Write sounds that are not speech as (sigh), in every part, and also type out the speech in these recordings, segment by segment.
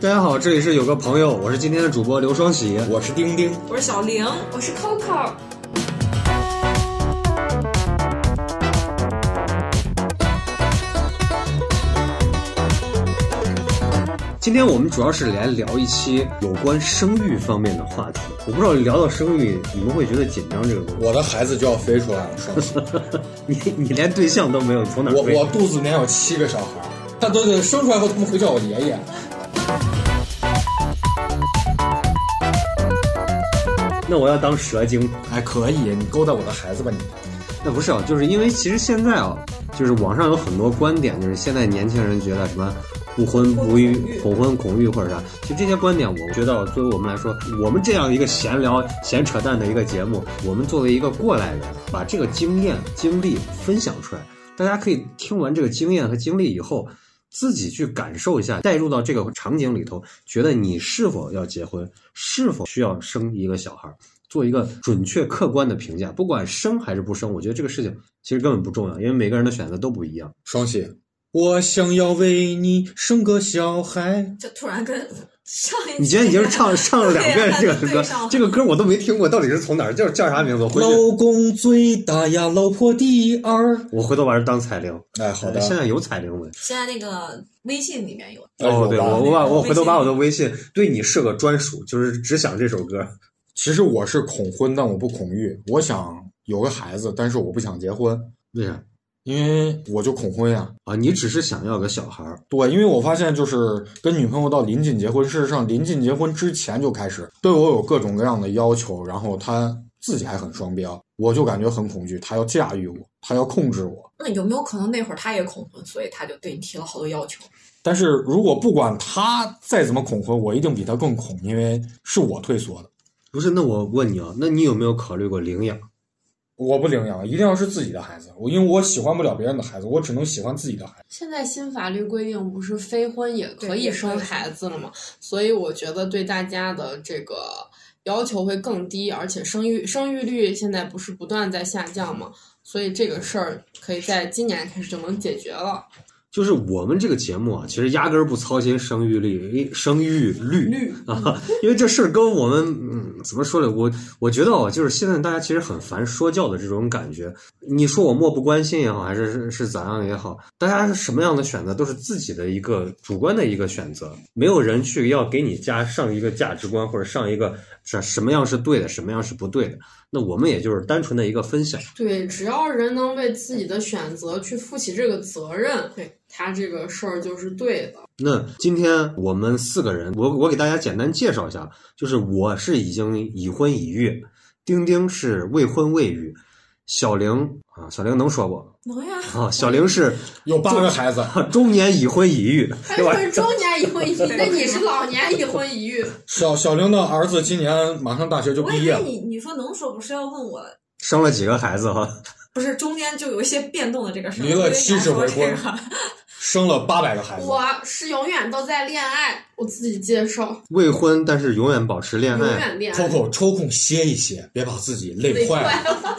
大家好，这里是有个朋友，我是今天的主播刘双喜。我是丁丁，我是小玲，我是 Coco。今天我们主要是来聊一期有关生育方面的话题。我不知道聊到生育，你们会觉得紧张这个东西。我的孩子就要飞出来了，双喜 (laughs) 你你连对象都没有，从哪儿我飞我肚子里面有七个小孩儿，他都是生出来后他们会叫我爷爷。那我要当蛇精。哎，可以，你勾搭我的孩子吧你。那不是啊，就是因为其实现在啊，就是网上有很多观点，就是现在年轻人觉得什么不婚不育、恐婚恐育或者啥，其实这些观点，我觉得啊作为我们来说，我们这样一个闲聊、闲扯淡的一个节目，我们作为一个过来人，把这个经验、经历分享出来，大家可以听完这个经验和经历以后。自己去感受一下，带入到这个场景里头，觉得你是否要结婚，是否需要生一个小孩儿，做一个准确客观的评价。不管生还是不生，我觉得这个事情其实根本不重要，因为每个人的选择都不一样。双喜，我想要为你生个小孩。就突然跟上一期你今天已经唱唱了两遍这个对歌上，这个歌我都没听过，到底是从哪儿叫叫啥名字？我回去老公最大呀，老婆第二。我回头把这当彩铃。哎，好的，现在有彩铃没？现在那个微信里面有，哎哦，对，有吧我我把我回头把微信我的微信对你设个专属，就是只想这首歌。其实我是恐婚，但我不恐育。我想有个孩子，但是我不想结婚，为啥因为我就恐婚呀。啊？你只是想要个小孩儿，对，因为我发现就是跟女朋友到临近结婚，事实上临近结婚之前就开始对我有各种各样的要求，然后她自己还很双标，我就感觉很恐惧，她要驾驭我，她要控制我。那有没有可能那会儿他也恐婚，所以他就对你提了好多要求？但是如果不管她再怎么恐婚，我一定比她更恐，因为是我退缩的，不是？那我问你啊，那你有没有考虑过领养？我不领养，一定要是自己的孩子，我因为我喜欢不了别人的孩子，我只能喜欢自己的孩子。现在新法律规定，不是非婚也可对以也可以生孩子了吗？所以我觉得对大家的这个要求会更低，而且生育生育率现在不是不断在下降吗？所以这个事儿可以在今年开始就能解决了。就是我们这个节目啊，其实压根儿不操心生育率、生育率 (laughs) 啊，因为这事儿跟我们嗯怎么说呢？我我觉得啊，就是现在大家其实很烦说教的这种感觉。你说我漠不关心也好，还是是是咋样也好，大家什么样的选择都是自己的一个主观的一个选择，没有人去要给你加上一个价值观或者上一个什什么样是对的，什么样是不对的。那我们也就是单纯的一个分享。对，只要人能为自己的选择去负起这个责任，对他这个事儿就是对的。那今天我们四个人，我我给大家简单介绍一下，就是我是已经已婚已育，丁丁是未婚未育，小玲啊，小玲能说不能呀，啊？小玲是 (laughs) 有八个孩子，中年已婚已 (laughs) 育，他对吧？哎是中年已 (laughs) 婚已育，那你是老年已婚已育。小小玲的儿子今年马上大学就我毕以业为了，你你说能说不是要问我，生了几个孩子哈、不是中间就有一些变动的这个事儿。离了我以为你70要说这回个婚生了八百个孩子。我是永远都在恋爱，我自己接受，未婚但是永远保持恋永爱。远恋爱。 Coco 抽空歇一歇，别把自己累坏了。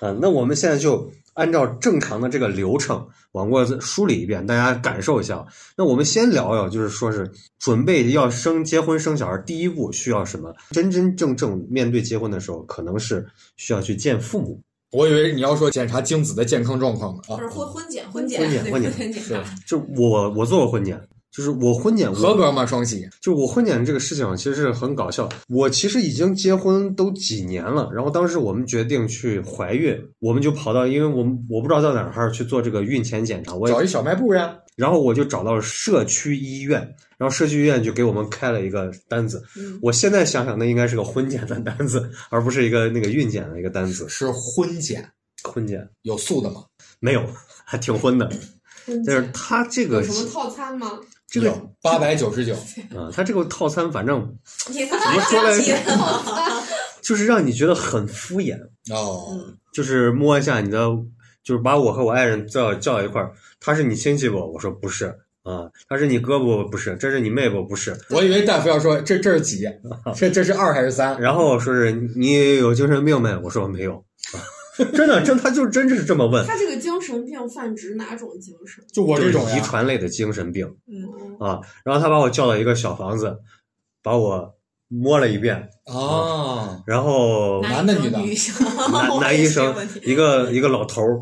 啊，那我们现在就按照正常的这个流程往过梳理一遍，大家感受一下。那我们先聊聊，就是说是准备要生结婚生小孩，第一步需要什么？真真正正面对结婚的时候，可能是需要去见父母。我以为你要说检查精子的健康状况呢啊不，是婚婚检婚婚检对婚婚检检是查就我我做过婚检，就是我婚检我合格吗？双喜，就我婚检这个事情啊，其实是很搞笑。我其实已经结婚都几年了，然后当时我们决定去怀孕，我们就跑到，因为我们我不知道到哪儿去做这个孕前检查，我也找一小卖部呀。然后我就找到了社区医院，然后社区医院就给我们开了一个单子。嗯我现在想想，那应该是个婚检的单子，而不是一个那个孕检的一个单子。是婚检，婚检有素的吗？没有，还挺婚的。嗯但是他这个有什么套餐吗？这个有八百九十九，啊，他这个套餐反正 (laughs) 你怎么说来着？就是让你觉得很敷衍，嗯哦，就是摸一下你的，就是把我和我爱人叫叫到一块儿，他是你亲戚不？我说不是啊，他是你哥不？不是，这是你妹不？不是， (laughs) 我以为大夫要说这这 (laughs) 是几，这这是二还是三？然后说 (laughs) 是你有精神病没？我说我没有，真的，真他就真是这么问。他这个精神病泛指哪种精神？就 (laughs) 我这种就是呀遗传类的精神病嗯，啊。然后他把我叫到一个小房子，把我摸了一遍，啊，然 (laughs) 后男的女的医生，男我男也医是这生个问题一个一个老头儿，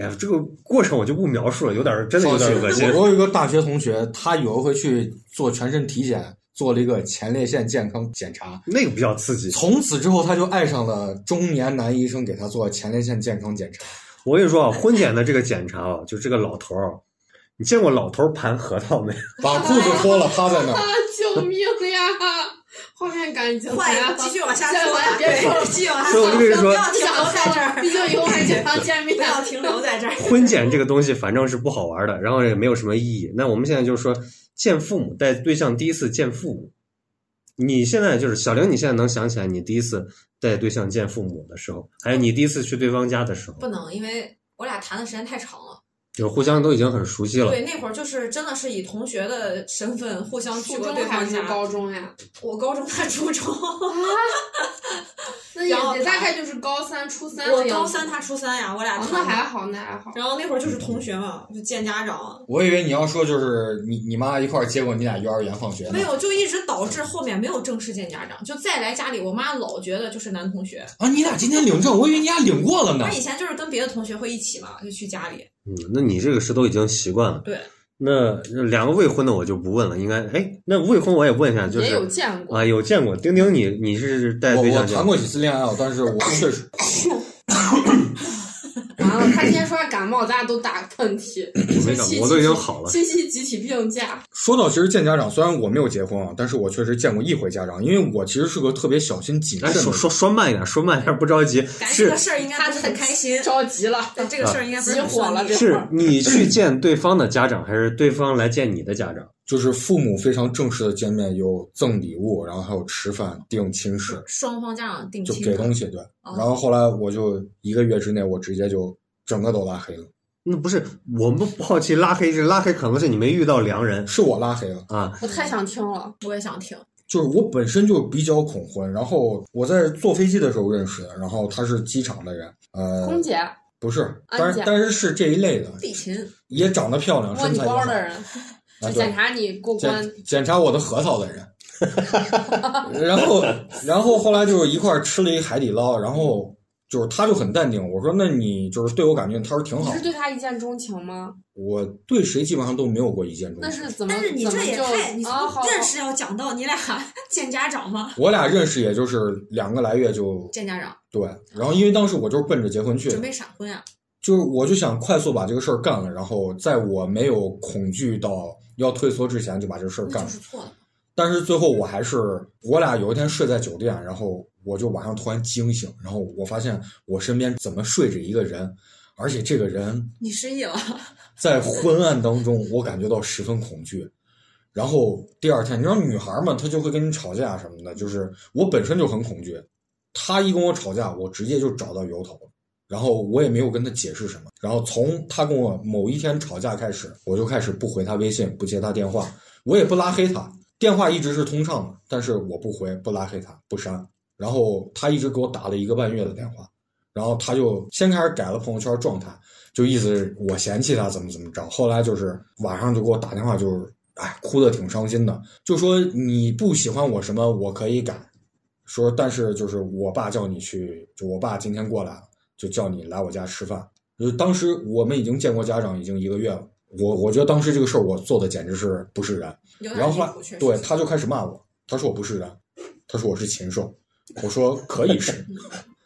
哎呀，这个过程我就不描述了，有点儿真的有点儿恶心。我有一个大学同学，他有一回去做全身体检，做了一个前列腺健康检查。那个比较刺激，从此之后，他就爱上了中年男医生给他做前列腺健康检查。我跟你说啊，婚检的这个检查啊，就这个老头儿，你见过老头儿盘核桃没？把裤子脱了，趴在那啊儿，！救命呀！画面感情，换一大个，家继续往下再说往下呀，别说了继续往下所以我就跟你不说，要 (laughs) 停留在这儿，毕竟以 (laughs) 后还经常见面不。要停留在这儿。婚检这个东西反正是不好玩的，然后也没有什么意义。那我们现在就是说，见父母带对象第一次见父母，你现在就是小玲，你现在能想起来你第一次带对象见父母的时候，还哎有你第一次去对方家的时候，不能，因为我俩谈的时间太长了。就是互相都已经很熟悉了。对，那会儿就是真的是以同学的身份互相去初过中对还方是家。高中呀？我高中， (laughs) 他初中，那也然后得他大概就是高三、初三我的样高子三，他初三呀，我俩哦谈那还好，那还好。然后那会儿就是同学嘛，就见家长，我以为你要说就是你你妈一块儿接过你俩幼儿园放学呢没。有就一直导致后面没有正式见家长，就再来家里，我妈老觉得就是男同学。啊，你俩今天领证，我以为你俩领过了呢她。以前就是跟别的同学会一起嘛，就去家里。嗯，那你这个是都已经习惯了。对，那那两个未婚的我就不问了，应该哎，那未婚我也问一下，就也有是 (laughs) 见过，啊，有见过丁丁你，你是带我对我象见谈过几次恋爱，但是我确实完了，他今天说他感冒，大家都打喷嚏，我没感冒，我都已经好了。七夕集体病假，说到其实见家长，虽然我没有结婚啊，但是我确实见过一回家长，因为我其实是个特别小心谨哎，慎的说人。说说慢一点，说慢一点，不着急。感觉这是个事儿应该不是很开心，着急了，对啊这个事儿应该不是很急火顺了利这是你去见对方的家长，还是对方来见你的家长？就是父母非常正式的见面，有赠礼物，然后还有吃饭、定亲事，双方家长定就亲给的东西对。哦然后后来我就一个月之内，我直接就整个都拉黑了，那不是我们不好奇拉黑，是拉黑可能是你没遇到良人是我拉黑了。啊。我太想听了。我也想听。就是我本身就比较恐婚，然后我在坐飞机的时候认识的，然后他是机场的人，呃，空姐，不是，安但是检但是是这一类的，地勤，也长得漂亮，摸身你材也包好的人，啊就对检查你过关，检检查我的核桃的 (laughs) 人，然后然后后来就是一块儿吃了一海底捞，然后就是他就很淡定，我说那你就是对我感觉，他说挺你好是，对他一见钟情吗？我对谁基本上都没有过一见钟那情是，怎么？但是你怎这么也就太，你从啊，好，认识要讲到你俩 (laughs) 见家长吗？我俩认识也就是两个来月就见家长，对，然后因为当时我就是奔着结婚去的准，备闪婚啊呀、就是我就想快速把这个事儿干了，然后在我没有恐惧到要退缩之前就把这事儿那干就了是，错了。但是最后我还是我俩有一天睡在酒店，然后我就晚上突然惊醒，然后我发现我身边怎么睡着一个人，而且这个人你失忆了，在昏暗当中，我感觉到十分恐惧。然后第二天，你知道女孩嘛，她就会跟你吵架什么的，就是我本身就很恐惧，她一跟我吵架，我直接就找到由头了。然后我也没有跟她解释什么。然后从她跟我某一天吵架开始，我就开始不回她微信，不接她电话，我也不拉黑她，电话一直是通畅的，但是我不回，不拉黑她，不删。然后她一直给我打了一个半月的电话，然后她就先开始改了朋友圈状态，就意思是我嫌弃他怎么怎么着。后来就是晚上就给我打电话，就是哎，哭的挺伤心的，就说你不喜欢我什么，我可以改。说但是就是我爸叫你去，就我爸今天过来了，就叫你来我家吃饭。就是当时我们已经见过家长已经一个月了，我我觉得当时这个事儿我做的简直是不是人。有点然后离后来谱，确实对他就开始骂我，他说我不是人，他说我是禽兽。我说可以是，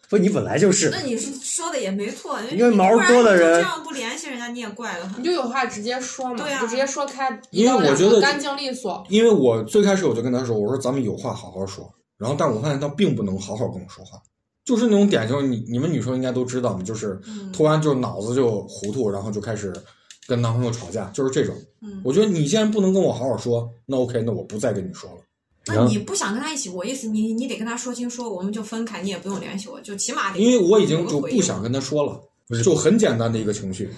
不，你本来就是那你是说的也没错，因为毛多的人你突然就这样不联系人家，你也怪得你很。就有话直接说嘛，对啊就直接说开，因为一刀两我觉得断干净利索。因为我最开始我就跟他说，我说咱们有话好好说。然后，但我发现他并不能好好跟我说话，就是那种典型，你你们女生应该都知道嘛，就是嗯突然就脑子就糊涂，然后就开始跟男朋友吵架，就是这种。嗯，我觉得你既然不能跟我好好说，那 OK，那我不再跟你说了。那你不想跟他一起，我意思你你得跟他说清说，我们就分开，你也不用联系我，就起码得因为我已经就有个回不应想跟他说了，就很简单的一个情绪。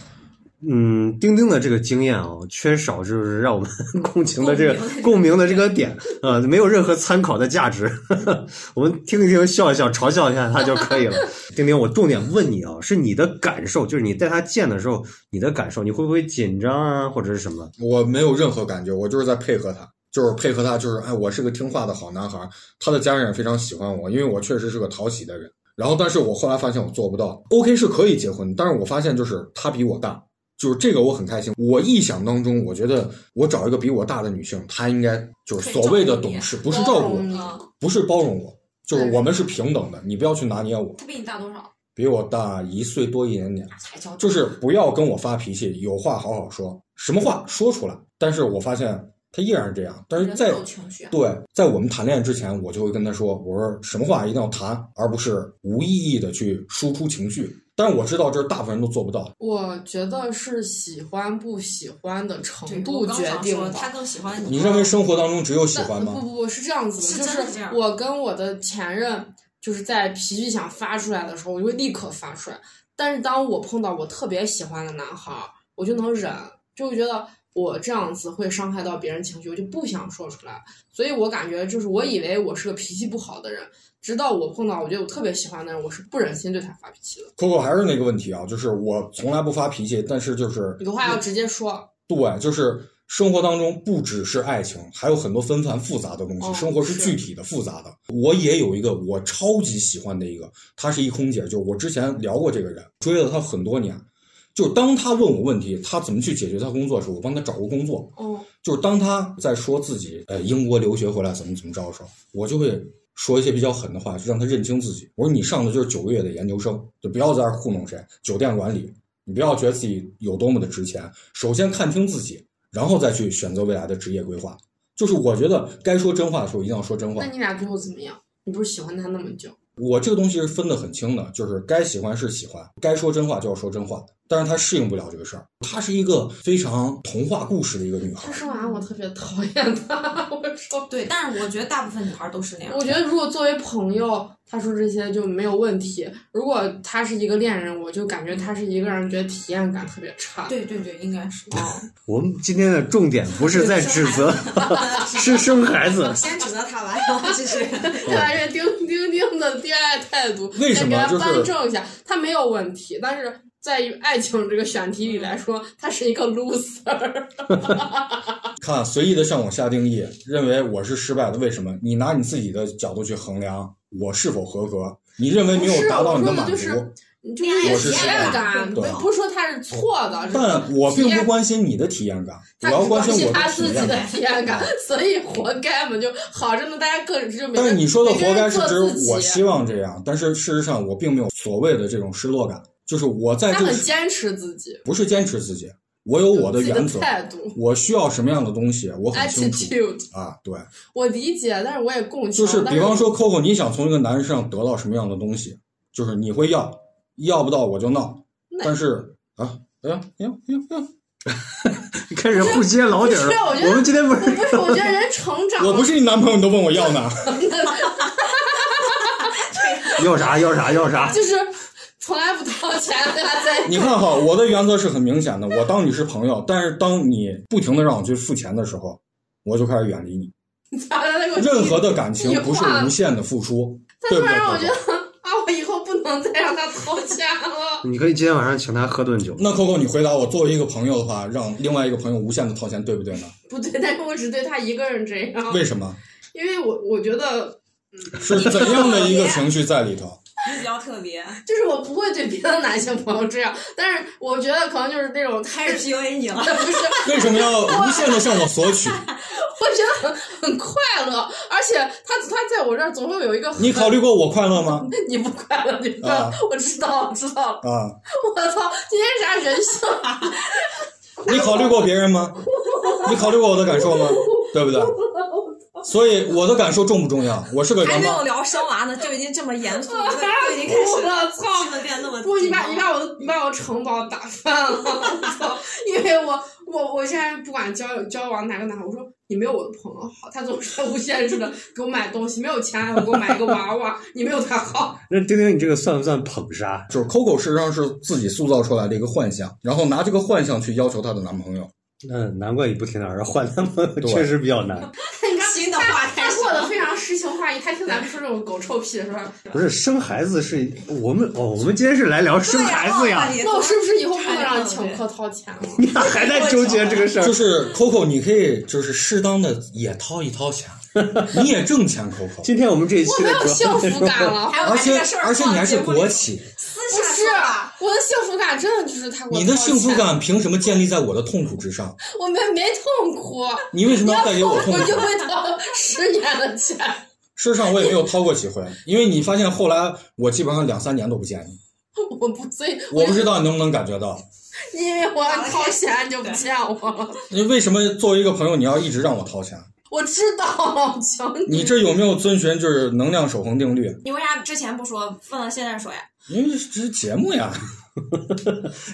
嗯，钉钉的这个经验啊、缺少就是让我们共情的这个 (laughs) 共鸣的这个点，呃，没有任何参考的价值。 (laughs) 我们听一听，笑一笑，嘲笑一下他就可 (laughs) 以了。钉钉，我重点问你啊，是你的感受，就是你带他见的时候，你的感受，你会不会紧张啊，或者是什么？我没有任何感觉，我就是在配合他，就是配合他，就是哎，我是个听话的好男孩，他的家人也非常喜欢我，因为我确实是个讨喜的人。然后，但是我后来发现我做不到。OK 是可以结婚，但是我发现就是他比我大，就是这个我很开心。我臆想当中，我觉得我找一个比我大的女性，她应该就是所谓的懂事，不是照顾嗯包容我，你啊，不是包容我，就是我们是平等的，你不要去拿捏我。他比你大多少？比我大一岁多一点点，才叫就是不要跟我发脾气，有话好好说，什么话说出来。但是我发现他依然是这样，但是人在都有情绪啊。对在我们谈恋爱之前，我就会跟他说，我说什么话一定要谈，而不是无意义的去输出情绪。但是我知道这是大部分人都做不到。我觉得是喜欢不喜欢的对程我度刚决想定说的。他更喜欢你认为生活当中只有喜欢 (laughs) 不吗？不不是这样子的，是就真的是这样我跟我的前任，就是在脾气想发出来的时候，我就会立刻发出来。但是当我碰到我特别喜欢的男孩儿，我就能忍，就会觉得我这样子会伤害到别人情绪，我就不想说出来。所以我感觉就是，我以为我是个脾气不好的人，直到我碰到我觉得我特别喜欢的人，我是不忍心对他发脾气的。 Coco 还是那个问题啊，就是我从来不发脾气，但是就是有的话要直接说，对，就是生活当中不只是爱情，还有很多纷繁复杂的东西。哦生活是是具体的、复杂的。我也有一个我超级喜欢的一个，她是一空姐，就是我之前聊过这个人，追了她很多年。就是当她问我问题，她怎么去解决她工作的时候，我帮她找过工作。哦，就是当他在说自己呃英国留学回来怎么怎么着的时候，我就会说一些比较狠的话，就让他认清自己。我说你上的就是九个月的研究生，就不要在这儿糊弄谁。酒店管理，你不要觉得自己有多么的值钱，首先看清自己，然后再去选择未来的职业规划。就是我觉得该说真话的时候一定要说真话那。你俩最后怎么样？你不是喜欢他那么久？我这个东西是分得很清的，就是该喜欢是喜欢，该说真话就要说真话。但是她适应不了这个事儿，她是一个非常童话故事的一个女孩他。生完我特别讨厌他， (laughs) 我说。对，但是我觉得大部分女孩都是那样我。觉得，如果作为朋友，他说这些就没有问题；如果他是一个恋人，我就感觉他是一个让人觉得体验感特别差。对对对，应该是。哦我们今天的重点不是在指 (laughs) 责，是生孩子。先指责他吧，这是。越来越丁丁丁的恋爱态度，嗯为什么再给就他是扳正一下，他没有问题，但是在于爱情这个选题里来说，他是一个 loser。 (laughs) 看，随意的向我下定义，认为我是失败的，为什么？你拿你自己的角度去衡量我是否合格，你认为没有达到你满足，不是我说的就你就恋爱我有是体这验样感，对嗯不是说他是错的，只是说但我并体验不关心你的体验感，我他要只关关心我他自体己验的感。体验感，所以活该嘛，就好着呢。大家各自就每个但是你说的活该是每个指人做自己我希望这样，但是事实上我并没有所谓的这种失落感，就是我在他这个很坚持自己，不是坚持自己，我有我的自己原则，态度我需要什么样的东西，我很清楚，attitude，啊，对。我理解，但是我也共就情。是啊但比方，说，Coco，你想从一个男人身上得到什么样的东西？就是你会要，要不到我就闹。那但是啊，哎呀，哎呀，哎呀，哎呀，开始互揭老底儿不是我觉了。得我们今天不是我不是，我觉得人成长，我不是你男朋友，你都问我要呢？ (laughs) 要啥要啥要啥，就是从来不掏钱跟他在一起。你看哈，我的原则是很明显的，我当你是朋友，但是当你不停的让我去付钱的时候，我就开始远离你。任何的感情不是无限的付出，他对突不对然让我觉得？Coco？啊，我以后不能再让他掏钱了。你可以今天晚上请他喝顿酒。那 Coco，你回答我，作为一个朋友的话，让另外一个朋友无限的掏钱，对不对呢？不对，但是我只对他一个人这样，为什么？因为我我觉得是怎样的一个情绪在里头？你比较特别，就是我不会对别的男性朋友这样，但是我觉得可能就是那种 (laughs) 开开始始 PUA 你了不。是，为什么要无限的向我索取？我觉得很 (laughs) 很快乐，而且他他在我这儿总会有一个很你考虑过我快乐吗？ (laughs) 你不快乐，你不快乐，啊我知道了，知道了，啊，我操，今天啥人性 (laughs) 啊？你考虑过别人吗？你考虑过我的感受吗？对不对？所以我的感受重不重要？我是个还人没有吗？聊生娃呢，就已经这么严 (laughs) 肃，就就已经开始我操！气氛变那么低了不，你把你把我的你把我城堡打翻了，我操！因为我我我现在不管交友交往哪个男孩，我说你没有我的朋友好，他总是在无限制的给我买东西，没有钱我给我买一个娃娃，你没有他好。那丁丁，你这个算不算捧杀？就是 Coco 实际上是自己塑造出来的一个幻象，然后拿这个幻象去要求她的男朋友。嗯，难怪你不听男人换男朋友对确实比较难。 (laughs) 你看新的他话开他始过得非常诗情画意，他听咱们说这种狗臭屁 (laughs) 是吧？不是生孩子是我们哦，我们今天是来聊生孩子呀，那我是不是以后不差能点让忘请了客掏钱了？你咋还在纠结这个事儿就？是 Coco，你可以就是适当的也掏一掏 (laughs) 钱，你也挣钱，Coco。今天我们这一我期没的有幸福主感要 (laughs) 了，还有而把这且个事儿而且你还是放节目里国企，私不下是说吧，我的幸福感真的就是他给我你的掏幸福钱，感凭什么建立在我的痛苦之上？我们没痛苦。你为什么你要要带给我痛我苦？就会掏十年的钱。 (laughs) 事实上我也没有掏过几回，因为你发现后来我基本上两三年都不见你，我不，所以我不知道你能不能感觉到。因为我要掏钱就不见我了。你为什么作为一个朋友你要一直让我掏钱？我知道，求你。你这有没有遵循就是能量守恒定律？你为啥之前不说，问了现在说呀？因为这是节目呀，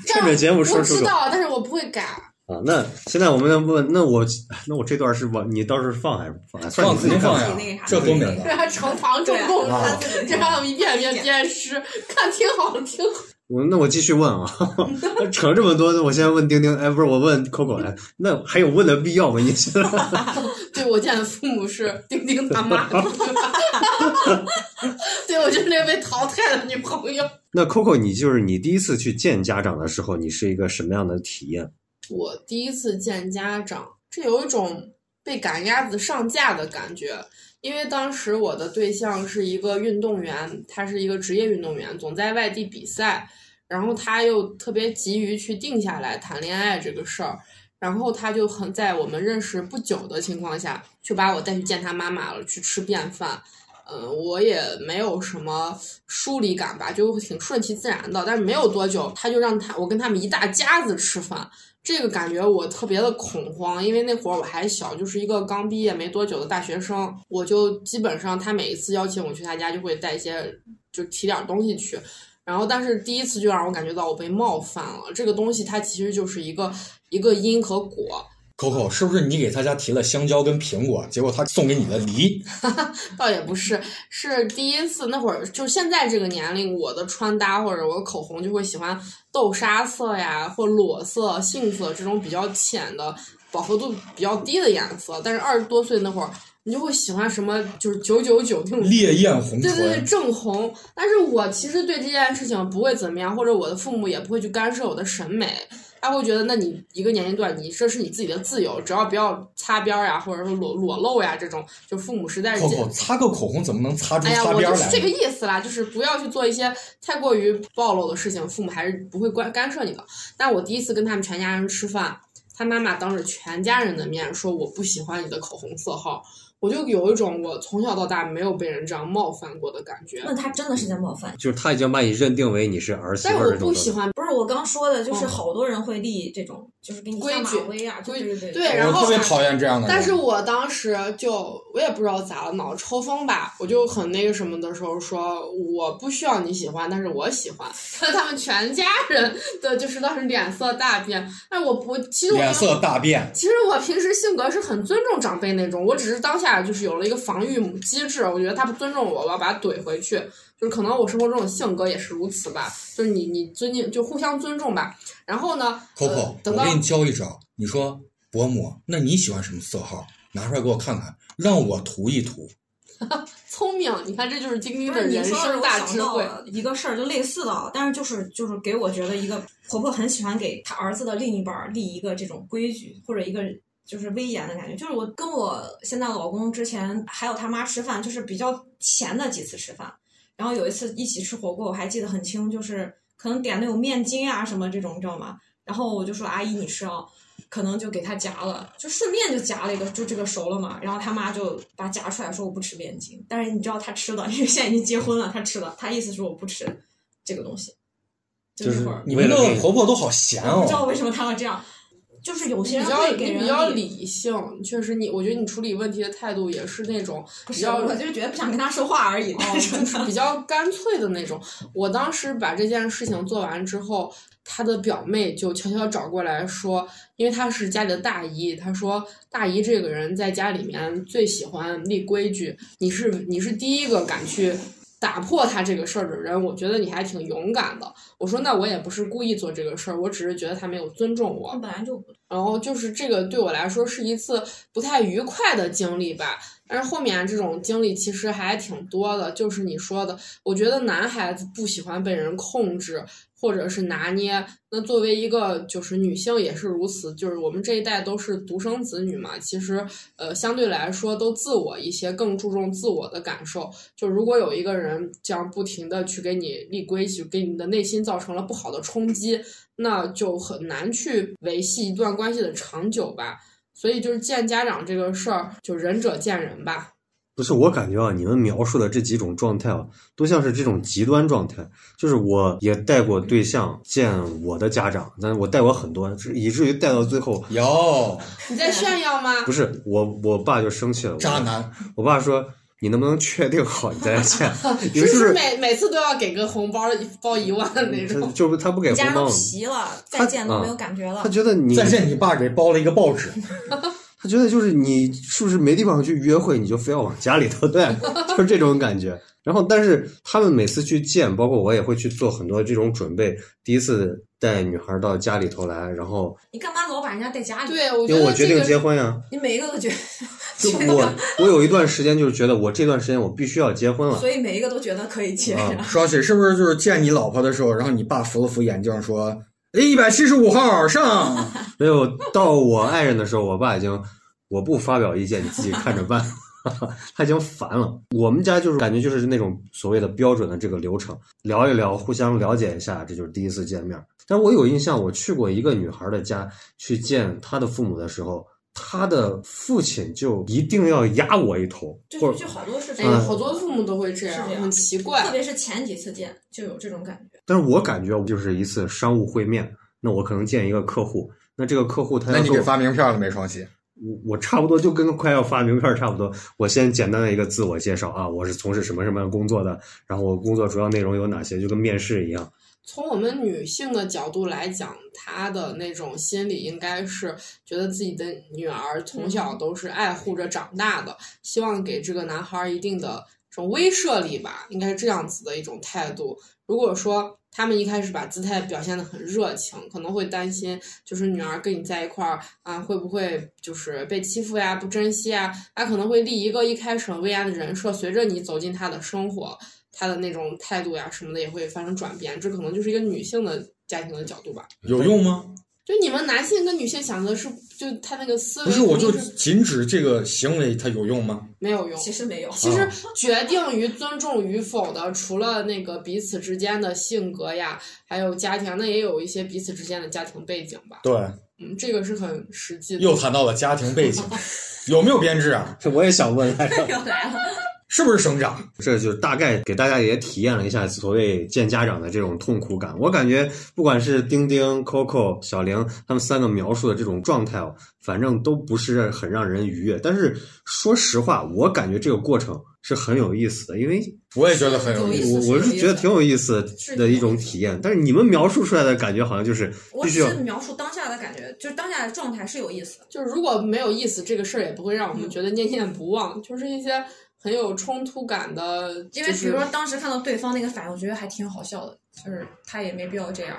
趁着节目说我出知口道，但是我不会改。啊。那现在我们要问，那我那我这段是我你到时候放还是不 (laughs) 放？哎算放你自己肯定放放。自己那呀这啥，多美啊！让他呈堂证供，啊这让他们一遍遍鞭尸，看听好了听好。我那我继续问啊， (laughs) 扯这么多，那我现在问丁丁，哎，不是我问 Coco 来，那还有问的必要吗？你觉得？对我见的父母是丁丁他妈， (laughs) 对我就是那被淘汰的女朋友。 (laughs) 那 Coco，你就是你第一次去见家长的时候，你是一个什么样的体验？我第一次见家长，这有一种被赶鸭子上架的感觉。因为当时我的对象是一个运动员，他是一个职业运动员，总在外地比赛，然后他又特别急于去定下来谈恋爱这个事儿，然后他就很在我们认识不久的情况下，就把我带去见他妈妈了，去吃便饭。嗯，我也没有什么疏离感吧，就挺顺其自然的。但是没有多久，他就让他我跟他们一大家子吃饭，这个感觉我特别的恐慌，因为那会儿我还小，就是一个刚毕业没多久的大学生，我就基本上他每一次邀请我去他家，就会带一些就提点儿东西去。然后，但是第一次就让我感觉到我被冒犯了。这个东西它其实就是一个一个因和果， Coco，是不是你给他家提了香蕉跟苹果，结果他送给你的梨？倒也不是，是第一次那会儿，就现在这个年龄，我的穿搭或者我的口红就会喜欢豆沙色呀，或裸色、杏色这种比较浅的、饱和度比较低的颜色。但是二十多岁那会儿，你就会喜欢什么就是九九九那种烈焰红嗯对对对，唇，正红。但是我其实对这件事情不会怎么样，或者我的父母也不会去干涉我的审美，他会觉得，那你一个年龄段，你这是你自己的自由，只要不要擦边儿呀，或者说裸裸露呀这种，就父母实在是接 Coco 擦个口红怎么能擦出哎呀，擦我边就儿是来这个呢？意思啦，就是不要去做一些太过于暴露的事情，父母还是不会干干涉你的。但我第一次跟他们全家人吃饭，他妈妈当着全家人的面说我不喜欢你的口红色号，我就有一种我从小到大没有被人这样冒犯过的感 (laughs) 觉。那他真的是在冒犯。就是他已经把你认定为你是儿媳但妇是儿我这种东不喜西，欢，不是我刚说的，就是嗯好多人会立这种，就是给你规下马矩威啊，就规对对对然我后特别讨厌这样的人。但是我当时就我也不知道咋了，脑抽风吧，我就很那个什么的时候说我不需要你喜欢，但是我喜欢。但他们全家人的就是当时脸色大变，但是我不，其实我脸色大变，其实我平时性格是很尊重长辈那种，我只是当下就是有了一个防御机制，我觉得他不尊重我，我要把他怼回去。就是可能我生活中的性格也是如此吧，就是你你尊敬就互相尊重吧。然后呢 Coco，呃、等我到给你教一招，你说伯母，那你喜欢什么色号？拿出来给我看看，让我涂一涂。聪明，你看这就是丁丁不的是你人说的，生我大想智到慧。了一个事儿，就类似的啊，但是就是就是给我觉得一个婆婆很喜欢给她儿子的另一半儿立一个这种规矩或者一个就是威严的感觉。就是我跟我现在老公之前还有他妈吃饭，就是比较前的几次吃饭，然后有一次一起吃火锅，我还记得很清，就是可能点那种面筋啊什么这种，你知道吗？然后我就说阿姨你吃啊、可能就给他夹了，就顺便就夹了一个，就这个熟了嘛。然后他妈就把夹出来，说我不吃面筋。但是你知道他吃了，因为现在已经结婚了，他吃了。他意思是我不吃这个东西。就是那会儿，你们为了的这婆婆都好闲我不知道哦。为什么他要这样。就是有些比人较会你给人比较理性，确实你我觉得你处理问题的态度也是那种 (laughs) 不比是，较哦我就是觉得不想跟他说话而已。但是就是比较干脆的那种。我当时把这件事情做完之后，他的表妹就悄悄找过来说，因为她是家里的大姨，她说大姨这个人在家里面最喜欢立规矩，你是你是第一个敢去。打破他这个事儿的人，我觉得你还挺勇敢的。我说那我也不是故意做这个事儿，我只是觉得他没有尊重我我。本来就不然后就是这个对我来说是一次不太愉快的经历吧。但是后面啊这种经历其实还挺多的，就是你说的，我觉得男孩子不喜欢被人控制或者是拿捏。那作为一个就是女性也是如此，就是我们这一代都是独生子女嘛，其实呃相对来说都自我一些，更注重自我的感受。就如果有一个人这样不停的去给你立规矩，给你的内心造成了不好的冲击，那就很难去维系一段关系的长久吧。所以就是见家长这个事儿，就仁者见仁吧。不是，我感觉啊，你们描述的这几种状态啊，都像是这种极端状态。就是我也带过对象见我的家长，但我带过很多，以至于带到最后，有 (laughs) 你在炫耀吗？不是我我爸就生气了，我渣男，我爸说你能不能确定好你再 (laughs) 见，你们是不是不是是每每次都要给个红包，包一万的那嗯他种？就是他不嗯给家红都包，皮了，他再见都没有感觉了他。觉得你再见，你爸给包了一个报纸，他觉得就是你是不是没地方去约会，你就非要往家里头 (laughs) 带，就是这种感觉。然后，但是他们每次去见，包括我也会去做很多这种准备。第一次带女孩到家里头来，然后你干嘛老把人家带家里？对，因我为我决觉定得这结个婚 (laughs) 呀，你每一个都觉就得，我我有一段时间就是觉得我这段时间我必须要结婚了所以每一个都觉得可以接。啊，双喜是不是就是见你老婆的时候，然后你爸扶了扶眼镜说：“哎，一百七十五号上。没有到我爱人的时候，我爸已经我不发表意见，你自己看着办。 (laughs) 他已经烦了。我们家就是感觉就是那种所谓的标准的这个流程，聊一聊，互相了解一下，这就是第一次见面。但我有印象，我去过一个女孩的家去见她的父母的时候，她的父亲就一定要压我一头，就或是者就好多事哎情，呀，好多父母都会这样，是这样很奇特怪。别是前几次见就有这种感觉。但是我感觉就是一次商务会面，那我可能见一个客户，那这个客户”他 (laughs) 那要你跟我给发名片了没，双喜？我我差不多就跟快要发名片儿差不多。我先简单的一个自我介绍啊，我是从事什么什么样工作的，然后我工作主要内容有哪些，就跟面试一样。从我们女性的角度来讲，她的那种心理应该是觉得自己的女儿从小都是爱护着长大的，希望给这个男孩儿一定的这种威慑力吧，应该是这样子的一种态度。如果说他们一开始把姿态表现得很热情，可能会担心，就是女儿跟你在一块儿啊，会不会就是被欺负呀、不珍惜呀？她可能会立一个一开始很威严的人设，随着你走进她的生活，她的那种态度呀什么的也会发生转变。这可能就是一个女性的家庭的角度吧。有用吗？就你们男性跟女性想的是，就他那个思维不是，我就肯定是仅指这个行为，它有用吗？没有用。其实没有，其啊实决定于尊重与否的，除了那个彼此之间的性格呀，还有家庭，那也有一些彼此之间的家庭背景吧。对，嗯，这个是很实际的。又谈到了家庭 (laughs) 背景，有没有编制啊？ (laughs) 我也想问 (laughs) 来着，又来了。是不是省长？这就大概给大家也体验了一下所谓见家长的这种痛苦感。我感觉不管是丁丁、Coco、小玲他们三个描述的这种状态哦，反正都不是很让人愉悦。但是说实话，我感觉这个过程是很有意思的，因为我也觉得很有有意意思。思我我是觉得挺有意思的一种体验，但是你们描述出来的感觉好像就是我必须只要是 (laughs) 描述当下的感觉，就是当下的状态是有意思的。就是如果没有意思，这个事儿也不会让我嗯们觉得念念不忘。就是一些很有冲突感的，因就为比是如说当时看到对方那个反应，我觉得还挺好笑的，就是他也没必要这样。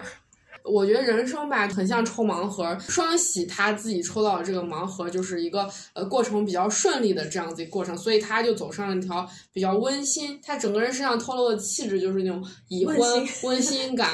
我觉得人生吧，很像抽盲盒。双喜他自己抽到的这个盲盒，就是一个呃过程比较顺利的这样子一个过程，所以他就走上了一条比较温馨。他整个人身上透露的气质就是那种已婚温温馨感，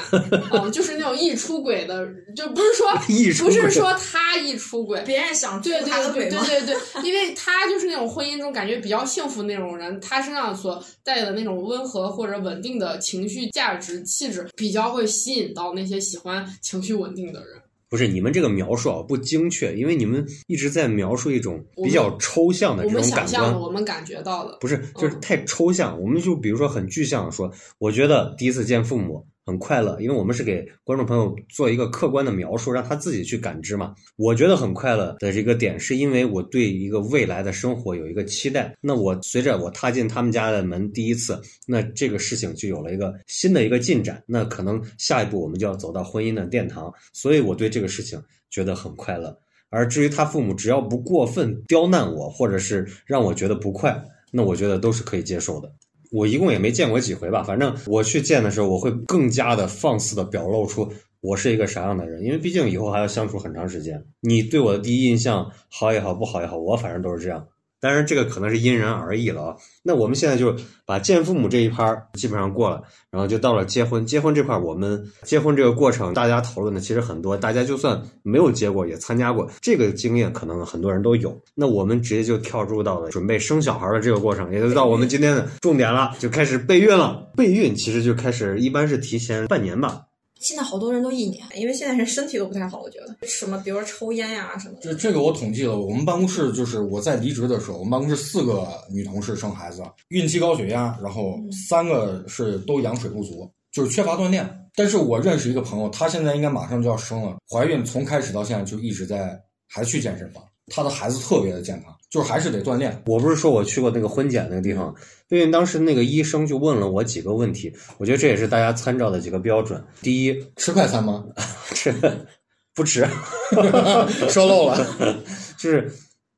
嗯，就是那种易出轨的，就不是说易出不轨是 (laughs) 说他易出轨，别人想对吐他对的对腿吗？对对对，因为他就是那种婚姻中感觉比较幸福那种人，他身上所带的那种温和或者稳定的情绪价值气质，比较会吸引到那些喜欢情绪稳定的人。不是你们这个描述啊不精确，因为你们一直在描述一种我们比较抽象的我这们种想感象的，官，我们感觉到的，不是就是太抽象。我们就比如说很具象的说，我觉得第一次见父母，很快乐，因为我们是给观众朋友做一个客观的描述，让他自己去感知嘛。我觉得很快乐的这个点，是因为我对一个未来的生活有一个期待。那我随着我踏进他们家的门第一次，那这个事情就有了一个新的一个进展。那可能下一步我们就要走到婚姻的殿堂，所以我对这个事情觉得很快乐。而至于他父母，只要不过分刁难我，或者是让我觉得不快，那我觉得都是可以接受的。我一共也没见过几回吧，反正我去见的时候，我会更加的放肆的表露出我是一个啥样的人，因为毕竟以后还要相处很长时间。你对我的第一印象好也好，不好也好，我反正都是这样。当然，这个可能是因人而异了啊。那我们现在就把见父母这一趴儿基本上过了，然后就到了结婚。结婚这块，我们结婚这个过程，大家讨论的其实很多，大家就算没有结过，也参加过，这个经验可能很多人都有。那我们直接就跳入到了准备生小孩的这个过程，也就是到我们今天的重点了，就开始备孕了。备孕其实就开始，一般是提前半年吧。现在好多人都一年，因为现在人身体都不太好，我觉得什么，比如说抽烟呀、什么这的。这个我统计了，我们办公室就是我在离职的时候，我们办公室四个女同事生孩子，孕期高血压，然后三个是都羊水不足，就是缺乏锻炼。但是我认识一个朋友，她现在应该马上就要生了，怀孕从开始到现在就一直在还去健身房，她的孩子特别的健康，就是还是得锻炼。我不是说我去过那个婚检那个地方，因为当时那个医生就问了我几个问题，我觉得这也是大家参照的几个标准。第一，吃快餐吗？ (laughs) 这不吃，说漏了。就是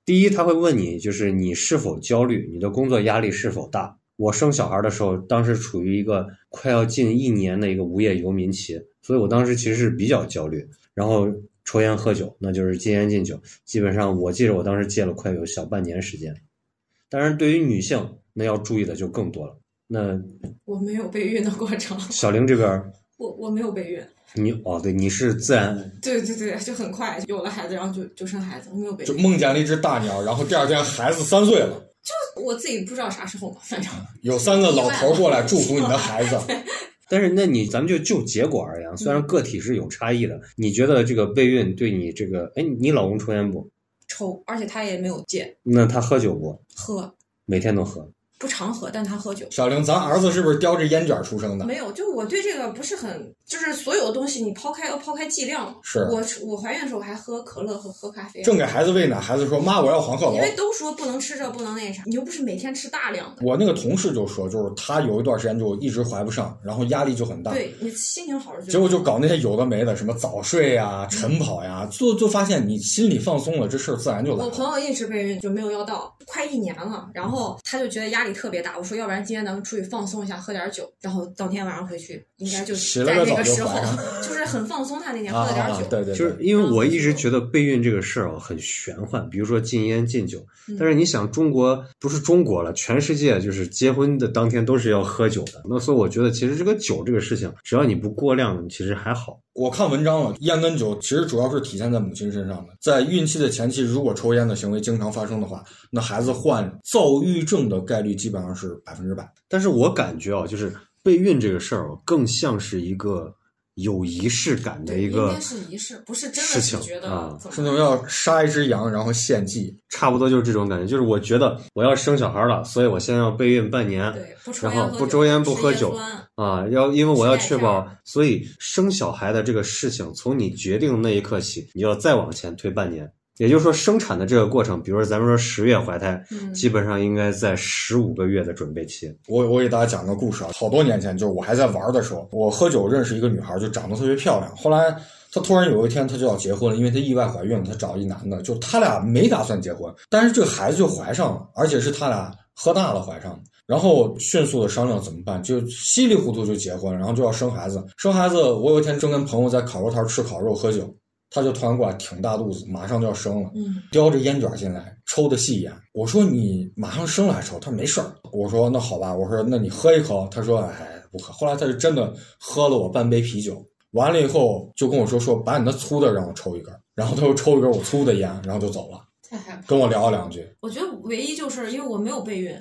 第一，他会问你，就是你是否焦虑，你的工作压力是否大。我生小孩的时候，当时处于一个快要近一年的一个无业游民期，所以我当时其实是比较焦虑。然后抽烟喝酒，那就是禁烟禁酒，基本上我记得我当时戒了快有小半年时间。当然，对于女性，那要注意的就更多了。那我没有备孕的过程，小玲这边儿，我我没有备孕。你哦，对，你是自然对对对，就很快有了孩子，然后就就生孩子，我没有备就孕。梦见了一只大鸟，然后第二天孩子三岁了，我自己不知道啥时候嘛，反正有三个老头过来祝福你的孩子。但是，那你咱们就就结果而言，虽然个体是有差异的，你觉得这个备孕对你这个，哎，你老公抽烟不？抽，而且他也没有戒，那他喝酒不？喝每天都喝。不常喝，但他喝酒。小玲，咱儿子是不是叼着烟卷出生的？没有，就我对这个不是很，就是所有的东西你抛开要抛开剂量嘛。是我我怀孕的时候还喝可乐和喝咖啡，正给啊孩子喂奶，孩子说：“妈，我要黄鹤楼因。为都说不能吃这不能那啥，你又不是每天吃大量”的，我那个同事就说，就是他有一段时间就一直怀不上，然后压力就很大，对你心情好了就结果就搞那些有的没的，什么早睡呀、晨跑呀、就就发现你心里放松了，这事儿自然就来我了。朋友一直备孕就没有要到，快一年了，然后他就觉得压力特别大。我说，要不然今天咱们出去放松一下，喝点酒。然后当天晚上回去，应该就洗在了个那澡个就时怀候上，就是很放松。他那天啊喝了点啊酒，，对对，对就是因为我一直觉得备孕这个事儿啊很玄幻，比如说禁烟禁酒，但是你想中国不是中国了，全世界就是结婚的当天都是要喝酒的，那所以我觉得其实这个酒这个事情，只要你不过量，其实还好。我看文章了，烟跟酒其实主要是体现在母亲身上的。在孕期的前期，如果抽烟的行为经常发生的话，那孩子患躁郁症的概率基本上是百分之百。但是我感觉啊，就是备孕这个事儿啊更像是一个有仪式感的一应个该是仪式，不是真事的情是觉啊得怎是么那种要杀一只羊然后献祭，差不多就是这种感觉，就是我觉得我要生小孩了，所以我现在要备孕半年对，不抽然烟后喝不酒抽烟不吃喝叶酒酸啊，要因为我要确吃点保，所以生小孩的这个事情，从你决定的那一刻起，你要再往前推半年，也就是说生产的这个过程，比如说咱们说十月怀胎，嗯基本上应该在十五个月的准备期。我我给大家讲个故事啊，好多年前，就是我还在玩的时候，我喝酒认识一个女孩，就长得特别漂亮。后来她突然有一天，她就要结婚了，因为她意外怀孕了，她找一男的，就她俩没打算结婚，但是这个孩子就怀上了，而且是她俩喝大了怀上的。然后迅速的商量怎么办，就稀里糊涂就结婚，然后就要生孩子。生孩子，我有一天正跟朋友在烤肉摊吃烤肉喝酒，她就突然过来挺大肚子，马上就要生了。嗯，叼着烟卷进来，抽的细烟。我说你马上生了还抽？他说没事儿。我说那好吧，我说那你喝一口。他说哎不喝。后来他就真的喝了我半杯啤酒，完了以后就跟我说说把你那粗的让我抽一根儿，然后他又抽一根我粗的烟，然后就走了，太害怕了。跟我聊了两句。我觉得唯一就是因为我没有备孕，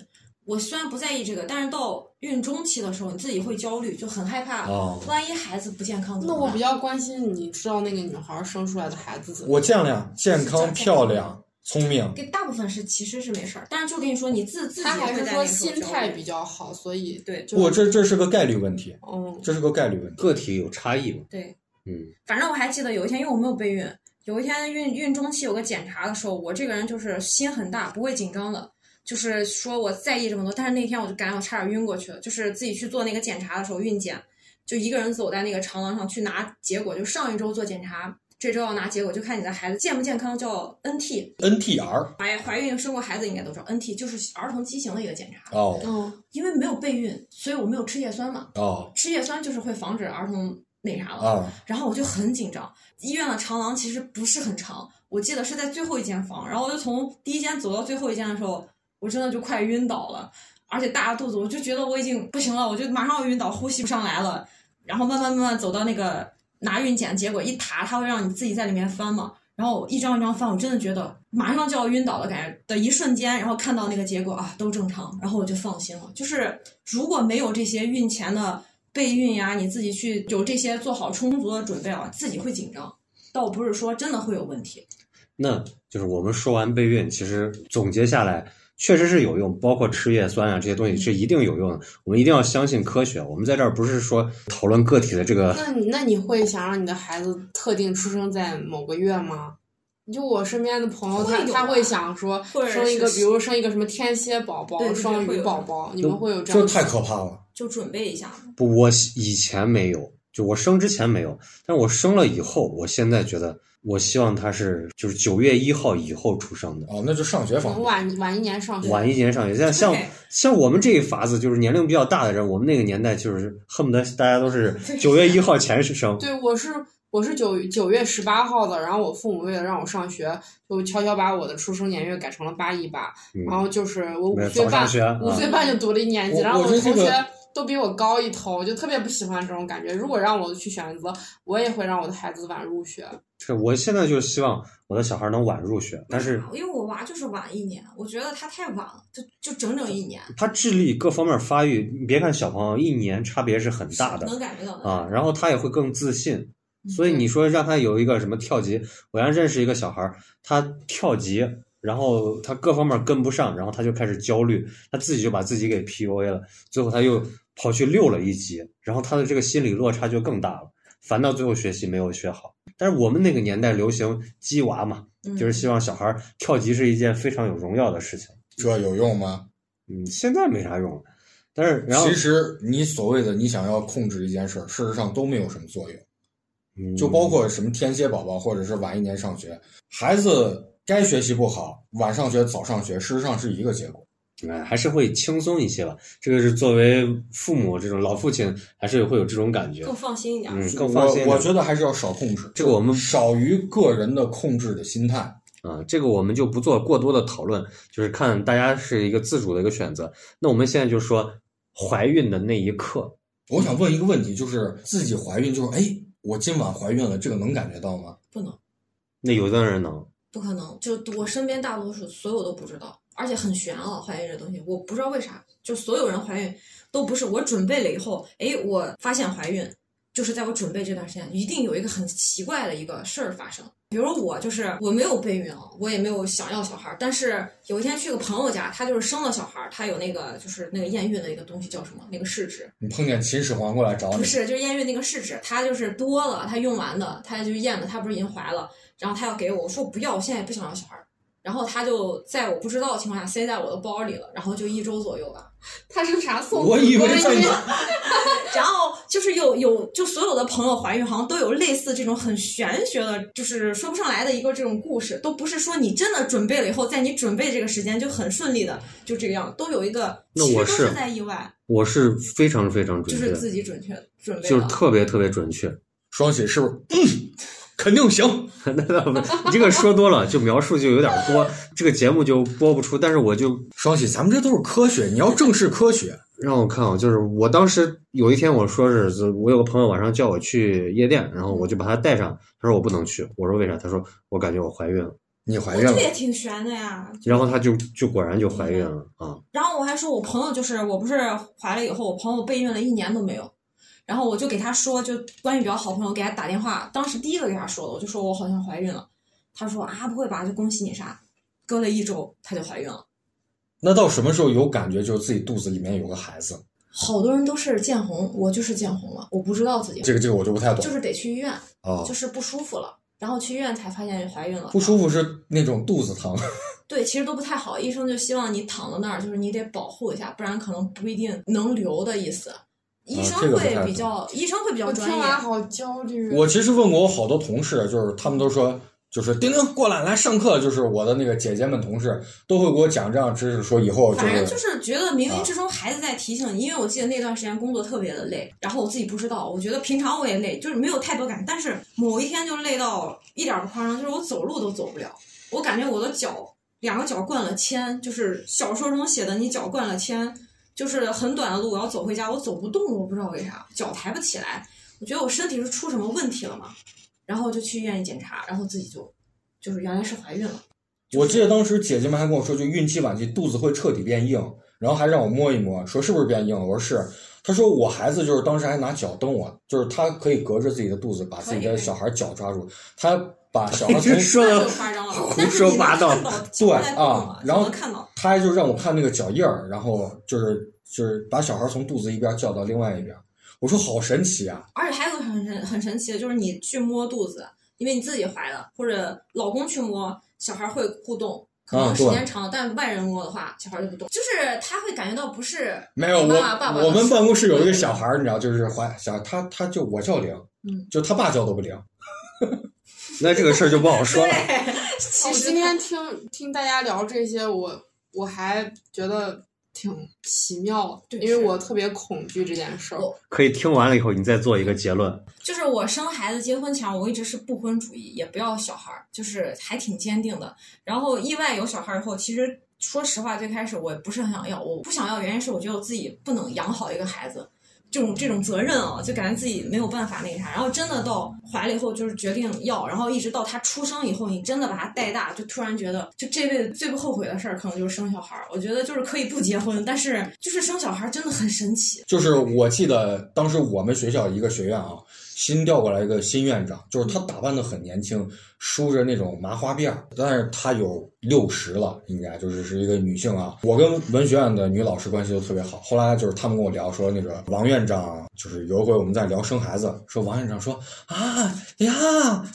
我虽然不在意这个，但是到孕中期的时候，你自己会焦虑，就很害怕，哦万一孩子不健康怎那么我办比？较关心，你知道那个女孩生出来的孩子怎么样？我见了呀，健康漂亮，聪明，给大部分是其实是没事儿，但是就跟你说你自自己他还是会在说那个时候心态焦虑比较好，所以对就不，这这是个概率问题，嗯，这是个概率问题。个体有差异嘛，对，嗯，反正我还记得有一天，因为我没有备孕，有一天孕孕中期有个检查的时候，我这个人就是心很大，不会紧张的，就是说我在意这么多。但是那天我就感觉我差点晕过去了，就是自己去做那个检查的时候，孕检就一个人走在那个长廊上去拿结果，就上一周做检查。这周要拿结果，就看你的孩子健不健康，叫 NT， NTR 怀怀孕生过孩子应该都知道，NT 就是儿童畸形的一个检查。哦嗯，因为没有备孕，所以我没有吃叶酸嘛，哦吃叶酸就是会防止儿童那啥了。啊然后我就很紧张。医院的长廊其实不是很长，我记得是在最后一间房，然后我就从第一间走到最后一间的时候，我真的就快晕倒了，而且大着肚子，我就觉得我已经不行了，我就马上要晕倒，呼吸不上来了。然后慢慢慢慢走到那个拿孕检结果一查，它会让你自己在里面翻嘛。然后我一张一张翻，我真的觉得马上就要晕倒的感觉的一瞬间，然后看到那个结果啊，都正常，然后我就放心了。就是如果没有这些孕前的备孕呀，你自己去有这些做好充足的准备啊，自己会紧张，倒不是说真的会有问题。那就是我们说完备孕，其实总结下来。确实是有用，包括吃叶酸啊这些东西是一定有用的。我们一定要相信科学。我们在这儿不是说讨论个体的这个那你那你会想让你的孩子特定出生在某个月吗？就我身边的朋友，会他有他吧会想说或者生一个，是比如生一个什么天蝎宝宝对、对对双会鱼有宝宝，你们会有这这样的？太可怕了。就准备一下。不，我以前没有，就我生之前没有，但我生了以后，我现在觉得，我希望他是就是九月一号以后出生的，哦，那就上学能房晚晚一年上学，晚一年上学。像像 OK 像我们这一法子，就是年龄比较大的人，我们那个年代就是恨不得大家都 (laughs) 是九月一号前生。对，我是我是九九月十八号的，然后我父母为了让我上学，就悄悄把我的出生年月改成了八一八，嗯然后就是哦我五没有岁早半上学，五啊岁半就读了一年级，我然后我我的是这同学个都比我高一头，我就特别不喜欢这种感觉。如果让我去选择，我也会让我的孩子晚入学。是我现在就希望我的小孩能晚入学，但是因为我娃就是晚一年，我觉得他太晚了，就就整整一年，他智力各方面发育，你别看小朋友一年差别是很大的，嗯能感觉到的。啊，然后他也会更自信。所以你说让他有一个什么跳级，我原来认识一个小孩儿，他跳级，然后他各方面跟不上，然后他就开始焦虑，他自己就把自己给 PUA 了，最后他又跑去溜了一级，然后他的这个心理落差就更大了，反倒最后学习没有学好。但是我们那个年代流行鸡娃嘛，嗯就是希望小孩儿跳级是一件非常有荣耀的事情。这有用吗？嗯，现在没啥用了，但是然后其实你所谓的你想要控制一件事儿，事实上都没有什么作用。嗯就包括什么天蝎宝宝，或者是晚一年上学，孩子该学习不好，晚上学早上学，事实上是一个结果。哎，还是会轻松一些吧。这个是作为父母这种老父亲，还是会有这种感觉更，放心一点。嗯，更放心一我我点觉得还是要少控制，这个我们少于个人的控制的心态。啊。这个我们就不做过多的讨论，就是看大家是一个自主的一个选择。那我们现在就说怀孕的那一刻，我想问一个问题，就是自己怀孕，就是哎，我今晚怀孕了，这个能感觉到吗？不能，那有的人能，不可能。就我身边大多数所有都不知道，而且很悬啊，怀孕这东西，我不知道为啥，就所有人怀孕都不是我准备了以后，哎，我发现怀孕，就是在我准备这段时间，一定有一个很奇怪的一个事儿发生。比如我就是我没有备孕啊，我也没有想要小孩儿，但是有一天去个朋友家，他就是生了小孩儿，他有那个就是那个验孕的一个东西叫什么？那个试纸，你碰见秦始皇过来找不你，是，就是验孕那个试纸，他就是多了，他用完了，他就验了，他不是已经怀了，然后他要给我，我说我不要，我现在也不想要小孩儿，然后他就在我不知道的情况下塞在我的包里了，然后就一周左右吧，他是啥送？我以为在你，然后就是有有就所有的朋友怀孕好像都有类似这种很玄学的，就是说不上来的一个这种故事，都不是说你真的准备了以后，在你准备这个时间就很顺利的就这个样，都有一个那其实我都是在意外，我是非常非常就准确是自的，己准确准备就是了。特别特别准确。双喜是不是？嗯，肯定行。那倒不是， (laughs) 你这个说多了就描述就有点多，这个节目就播不出。但是我就双喜，咱们这都是科学，你要正视科学。让我看啊，就是我当时有一天我说是，就我有个朋友晚上叫我去夜店，然后我就把他带上，他说我不能去，我说为啥？他说我感觉我怀孕了，你怀我孕这了个，也挺悬的呀，然后他就就果然就怀孕了啊，然后我还说，我朋友就是我不是怀了以后，我朋友备孕了一年都没有，然后我就给他说，就关系比较好朋友给他打电话，当时第一个给他说的，我就说我好像怀孕了，他说啊不会吧，就恭喜你啥，隔了一周她就怀孕了。那到什么时候有感觉，就是自己肚子里面有个孩子？好多人都是见红，我就是见红了，我不知道自己这个这个我就不太懂就是得去医院，啊哦就。是不舒服了，然后去医院才发现怀孕了。不舒服是那种肚子疼，对，其实都不太好。医生就希望你躺在那儿，就是你得保护一下，不然可能不一定能留的意思。医生啊这个不太会懂比较，医生会比较我听专完业。好焦虑。我其实问过我好多同事，就是他们都说，就是丁丁过来来上课，就是我的那个姐姐们同事都会给我讲这样的知识，说以后就反正是就是觉得冥冥之中孩子在提醒你，因为我记得那段时间工作特别的累，然后我自己不知道，我觉得平常我也累，就是没有太多感，但是某一天就累到一点儿不夸张，就是我走路都走不了，我感觉我的脚两个脚灌了铅，就是小说中写的你脚灌了铅，就是很短的路我要走回家，我走不动，我不知道为啥脚抬不起来，我觉得我身体是出什么问题了嘛，然后就去医院一检查，然后自己就就是原来是怀孕了。我记得当时姐姐们还跟我说，就孕期晚期肚子会彻底变硬，然后还让我摸一摸，说是不是变硬了？我说是。她说我孩子就是当时还拿脚蹬我，就是她可以隔着自己的肚子把自己的小孩脚抓住，她把 (laughs) 小孩从这说那的就夸张了，胡但是说你能八道看对到小孩在动啊嘛，然后能看到，他就让我看那个脚印儿，然后就是就是把小孩从肚子一边叫到另外一边。我说好神奇啊！而且还有一个很神很神奇的，就是你去摸肚子，因为你自己怀的，或者老公去摸，小孩会互动。可啊能时对间长了，但外人摸的话，小孩就不动，就是他会感觉到不是没有你我妈妈爸爸我们办公室有一个小，小孩儿，你知道，就是怀小他他就我叫灵，嗯，就他爸叫都不灵。那这个事儿就不好说对了。，其哦我实今天听听大家聊这些，我我还觉得挺奇妙的，对因为是我特别恐惧这件事儿。我可以听完了以后，你再做一个结论。就是我生孩子、结婚前，我一直是不婚主义，也不要小孩儿，就是还挺坚定的。然后意外有小孩儿以后，其实说实话，最开始我也不是很想要，我不想要，原因是我觉得我自己不能养好一个孩子，这种这种责任啊，就感觉自己没有办法那个啥。然后真的到怀了以后，就是决定要，然后一直到他出生以后，你真的把他带大，就突然觉得，就这辈子最不后悔的事儿，可能就是生小孩儿。我觉得就是可以不结婚，但是就是生小孩儿真的很神奇。就是我记得当时我们学校一个学院啊，新调过来一个新院长，就是他打扮的很年轻，梳着那种麻花辫儿，但是他有六十了，应该就是是一个女性啊。我跟文学院的女老师关系都特别好，后来就是他们跟我聊说，那个王院长，就是有一回我们在聊生孩子，说王院长说啊呀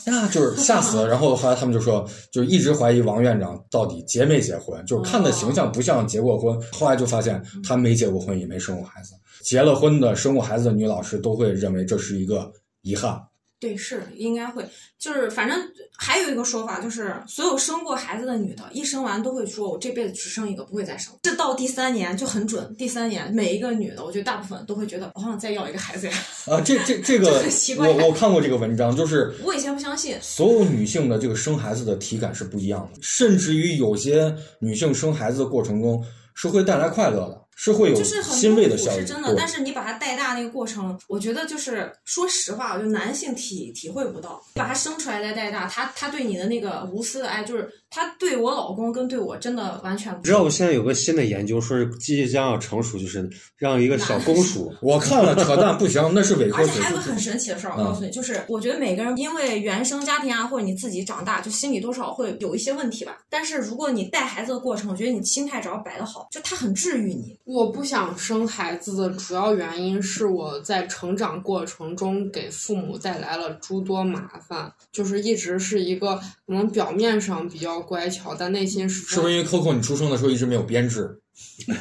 呀，就是吓死了。然后后来他们就说，就一直怀疑王院长到底结没结婚，就是看的形象不像结过婚。后来就发现他没结过婚，也没生过孩子。结了婚的、生过孩子的女老师都会认为这是一个遗憾。对，是应该会，就是反正还有一个说法，就是所有生过孩子的女的，一生完都会说，我这辈子只生一个，不会再生。这到第三年就很准，第三年每一个女的，我觉得大部分都会觉得，我好想再要一个孩子呀。 (laughs) 啊，这这这个这很奇，怪我我看过这个文章，就是我以前不相信，所有女性的这个生孩子的体感是不一样的，甚至于有些女性生孩子的过程中是会带来快乐的，是会有就是很欣慰的痛苦效应。是真的对。但是你把它带大那个过程，我觉得就是说实话，我觉得男性体体会不到，把他生出来再带大，他他对你的那个无私的爱，就是他对我老公跟对我真的完全不你知道我现在有个新的研究，说是即将要成熟，就是让一个小公主，我看了，扯淡，不行，那是伪科而且学还。有个很神奇的事儿，嗯我告诉你，就是我觉得每个人因为原生家庭啊，或者你自己长大，就心里多少会有一些问题吧。但是如果你带孩子的过程，我觉得你心态只要摆得好，就它很治愈你。我不想生孩子的主要原因是我在成长过程中给父母带来了诸多麻烦，就是一直是一个可能表面上比较乖巧，但内心十是不分是因为 Coco 你出生的时候一直没有编 (laughs) 制，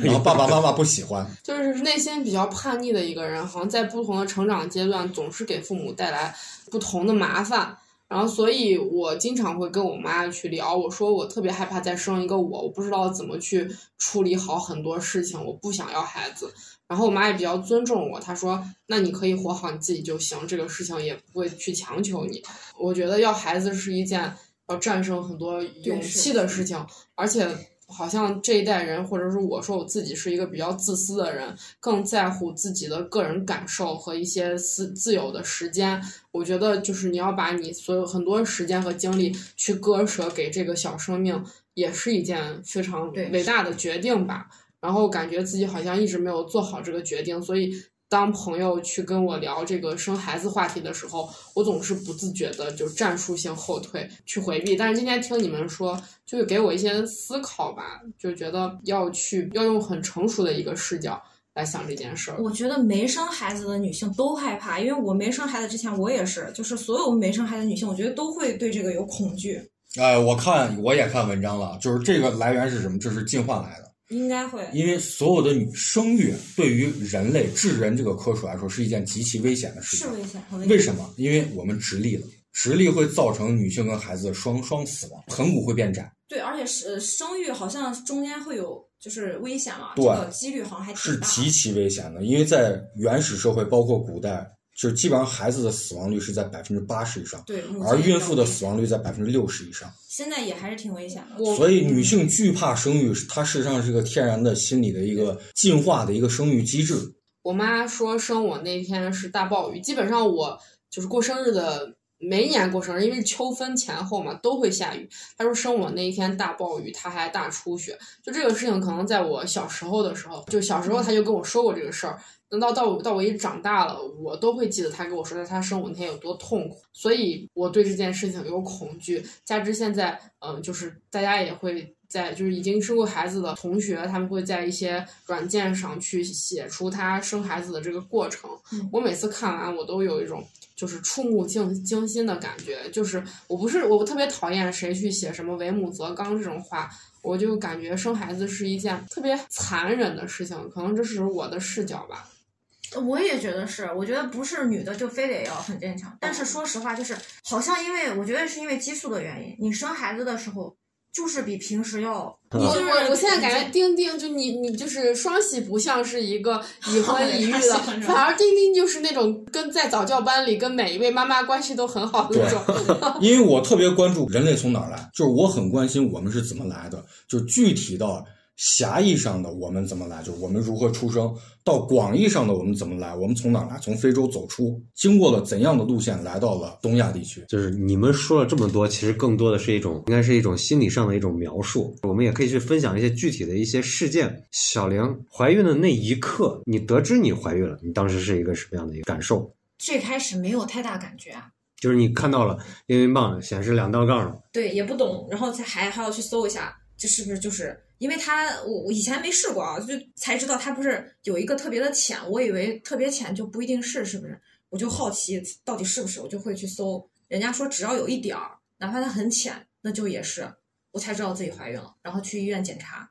然后爸爸妈妈不喜欢？就是内心比较叛逆的一个人，好像在不同的成长阶段总是给父母带来不同的麻烦。然后，所以我经常会跟我妈去聊，我说我特别害怕再生一个我，我不知道怎么去处理好很多事情，我不想要孩子。然后我妈也比较尊重我，她说：“那你可以活好你自己就行，这个事情也不会去强求你。”我觉得要孩子是一件要战胜很多勇气的事情，而且好像这一代人，或者是我说我自己是一个比较自私的人，更在乎自己的个人感受和一些自自由的时间。我觉得就是你要把你所有很多时间和精力去割舍给这个小生命，也是一件非常对伟大的决定吧。然后感觉自己好像一直没有做好这个决定，所以当朋友去跟我聊这个生孩子话题的时候，我总是不自觉的就战术性后退去回避。但是今天听你们说，就是给我一些思考吧，就觉得要去要用很成熟的一个视角来想这件事儿。我觉得没生孩子的女性都害怕，因为我没生孩子之前，我也是，就是所有没生孩子的女性，我觉得都会对这个有恐惧，哎，我看我也看文章了，就是这个来源是什么？这是进化来的，应该会。因为所有的女生育对于人类智人这个科属来说是一件极其危险的事情是。危险，很危险。为什么？因为我们直立了，直立会造成女性跟孩子双双死亡，盆骨会变窄，对，而且是呃生育好像中间会有就是危险嘛，对这个几率好像还挺是大。极其危险的。因为在原始社会，包括古代，就是基本上孩子的死亡率是在百分之八十以上，对，母亲而孕妇的比较死亡率在百分之六十以上。现在也还是挺危险的。我所以，女性惧怕生育，它事实上是一个天然的心理的一个进化的一个生育机制。我妈说生我那天是大暴雨，基本上我就是过生日的，每一年过生日，因为是秋分前后嘛，都会下雨。她说生我那一天大暴雨，她还大出血。就这个事情，可能在我小时候的时候，就小时候她就跟我说过这个事儿。等到到我到我一长大了，我都会记得她跟我说她生我那天有多痛苦，所以我对这件事情有恐惧。加之现在，嗯、就是大家也会在就是已经生过孩子的同学，他们会在一些软件上去写出他生孩子的这个过程。嗯我每次看完，我都有一种就是触目惊惊心的感觉。就是我不是我特别讨厌谁去写什么为母则刚这种话。我就感觉生孩子是一件特别残忍的事情，可能这是我的视角吧。我也觉得是，我觉得不是女的就非得要很坚强，但是说实话，就是好像因为我觉得是因为激素的原因，你生孩子的时候就是比平时要，嗯你我就是我我现在感觉丁丁就你你就是双喜不像是一个已婚已育的好的，反而丁丁就是那种跟在早教班里跟每一位妈妈关系都很好的那种。因为我特别关注人类从哪儿来，就是我很关心我们是怎么来的，就是具体到狭义上的我们怎么来，就是我们如何出生；到广义上的我们怎么来，我们从哪儿来，从非洲走出，经过了怎样的路线来到了东亚地区。就是你们说了这么多，其实更多的是一种，应该是一种心理上的一种描述。我们也可以去分享一些具体的一些事件。小玲怀孕的那一刻，你得知你怀孕了，你当时是一个什么样的一个感受？最开始没有太大感觉啊，就是你看到了验孕棒显示两道杠了，对，也不懂，然后才还还要去搜一下，这是不是就是因为它我我以前没试过啊，就才知道它不是有一个特别的浅，我以为特别浅就不一定是，是不是？我就好奇到底是不是，我就会去搜，人家说只要有一点儿，哪怕它很浅，那就也是，我才知道自己怀孕了，然后去医院检查。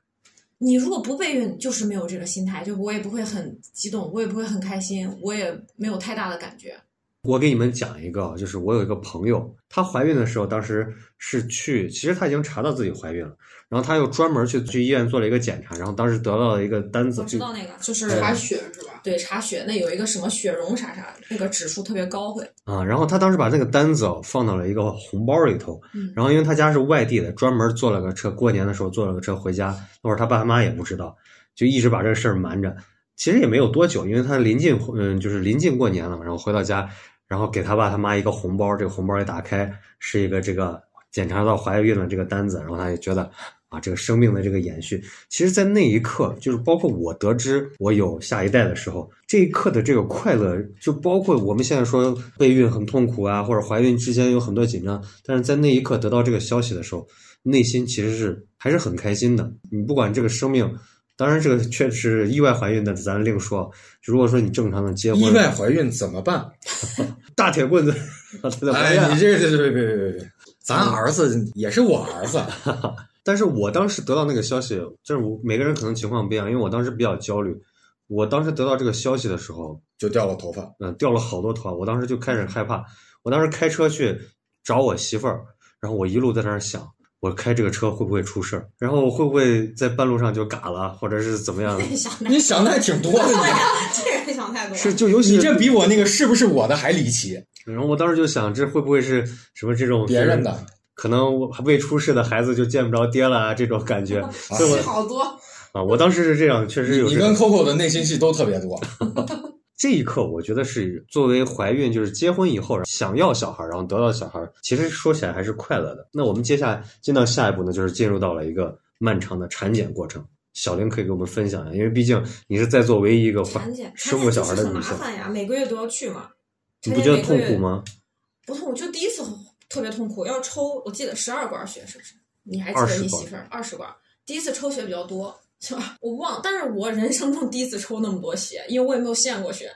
你如果不备孕，就是没有这个心态，就我也不会很激动，我也不会很开心，我也没有太大的感觉。我给你们讲一个啊，就是我有一个朋友，她怀孕的时候，当时是去，其实她已经查到自己怀孕了，然后她又专门去去医院做了一个检查，然后当时得到了一个单子我，知道那个 (laughs) 就是查血是吧？对，查血那有一个什么血容啥啥，那个指数特别高会。啊，然后她当时把那个单子哦放到了一个红包里头，嗯然后因为她家是外地的，专门坐了个车，过年的时候坐了个车回家，那会儿她爸妈也不知道，就一直把这个事儿瞒着。其实也没有多久，因为她临近嗯，就是临近过年了嘛，然后回到家，然后给她爸他妈一个红包，这个红包一打开是一个这个检查到怀孕了这个单子，然后她也觉得啊，这个生命的这个延续，其实，在那一刻，就是包括我得知我有下一代的时候，这一刻的这个快乐，就包括我们现在说备孕很痛苦啊，或者怀孕之间有很多紧张，但是在那一刻得到这个消息的时候，内心其实是还是很开心的。你不管这个生命，当然这个确实意外怀孕的咱另说。如果说你正常的结婚，意外怀孕怎么办？大铁棍子， (laughs) 把他的怀孕了哎，你这这这别别别别别，咱儿子也是我儿子，但是我当时得到那个消息，就是我每个人可能情况不一样，因为我当时比较焦虑。我当时得到这个消息的时候，就掉了头发。嗯、掉了好多头发，我当时就开始害怕。我当时开车去找我媳妇儿，然后我一路在那儿想，我开这个车会不会出事儿？然后我会不会在半路上就嘎了，或者是怎么样的？ (laughs) 想太你想的还挺多的，这个想太多嗯了。是就尤你其你这比我那个是不是我的还离奇，然后我当时就想，这会不会是什么这种别人的。可能我还未出世的孩子就见不着爹了啊，这种感 (laughs) 觉所以我好多，啊，我当时是这样，确实有你这种跟 Coco 的内心戏都特别 (laughs) 多。这一刻，我觉得是作为怀孕，就是结婚以后想要小孩，然后得到小孩，其实说起来还是快乐的。那我们接下来进到下一步呢，就是进入到了一个漫长的产检过程。小玲可以给我们分享一下，因为毕竟你是在作为一个怀产检生过小孩的产检女就是性很麻，烦呀，每个月都要去嘛。你产不检觉得每个痛月苦？吗？不痛，就第一次特别痛苦，要抽，我记得十二管血是不是？你还记20得你管媳妇儿二十管？第一次抽血比较多，是吧？ (laughs) 我忘，但是我人生中第一次抽那么多血，因为我也没有献过血。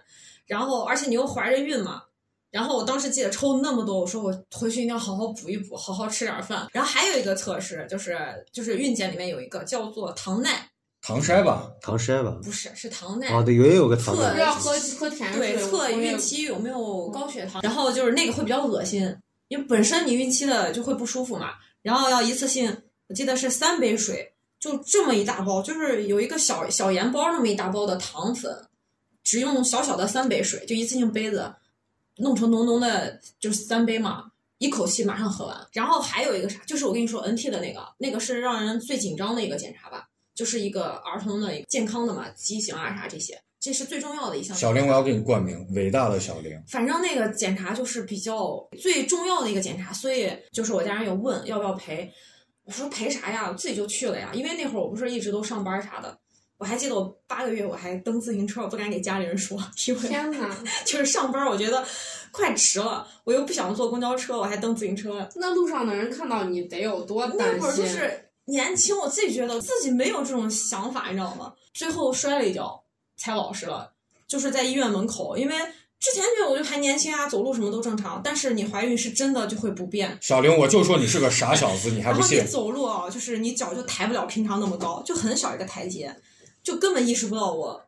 然后，而且你又怀着孕嘛，然后我当时记得抽那么多，我说我回去一定要好好补一补，好好吃点饭。然后还有一个测试，就是就是孕检里面有一个叫做糖耐，唐筛吧，唐筛吧，不是是糖耐啊，对，也有个唐测不筛要喝喝甜水，对，测孕期有没有高血嗯糖，然后就是那个会比较恶心，因为本身你孕期的就会不舒服嘛，然后要一次性，我记得是三杯水，就这么一大包，就是有一个小小盐包那么一大包的糖粉，只用小小的三杯水，就一次性杯子，弄成浓浓的，就是三杯嘛。一口气马上喝完，然后还有一个啥，就是我跟你说 NT 的那个，那个是让人最紧张的一个检查吧，就是一个儿童的一个健康的嘛，畸形啊啥这些，这是最重要的一项。小玲，我要给你冠名，伟大的小玲。反正那个检查就是比较最重要的一个检查，所以就是我家人有问要不要陪，我说陪啥呀，我自己就去了呀，因为那会儿我不是一直都上班啥的。我还记得我八个月我还蹬自行车，我不敢给家里人说，因为 (laughs) 天哪，就是上班我觉得快迟了，我又不想坐公交车，我还蹬自行车。那路上的人看到你得有多那担会儿就心？是年轻，我自己觉得自己没有这种想法，你知道吗？最后摔了一跤才老实了，就是在医院门口，因为之前觉得我就还年轻啊，走路什么都正常，但是你怀孕是真的就会不便。小玲，我就说你是个傻小子，你还然不后你信？走路啊，就是你脚就抬不了平常那么高，就很小一个台阶，就根本意识不到我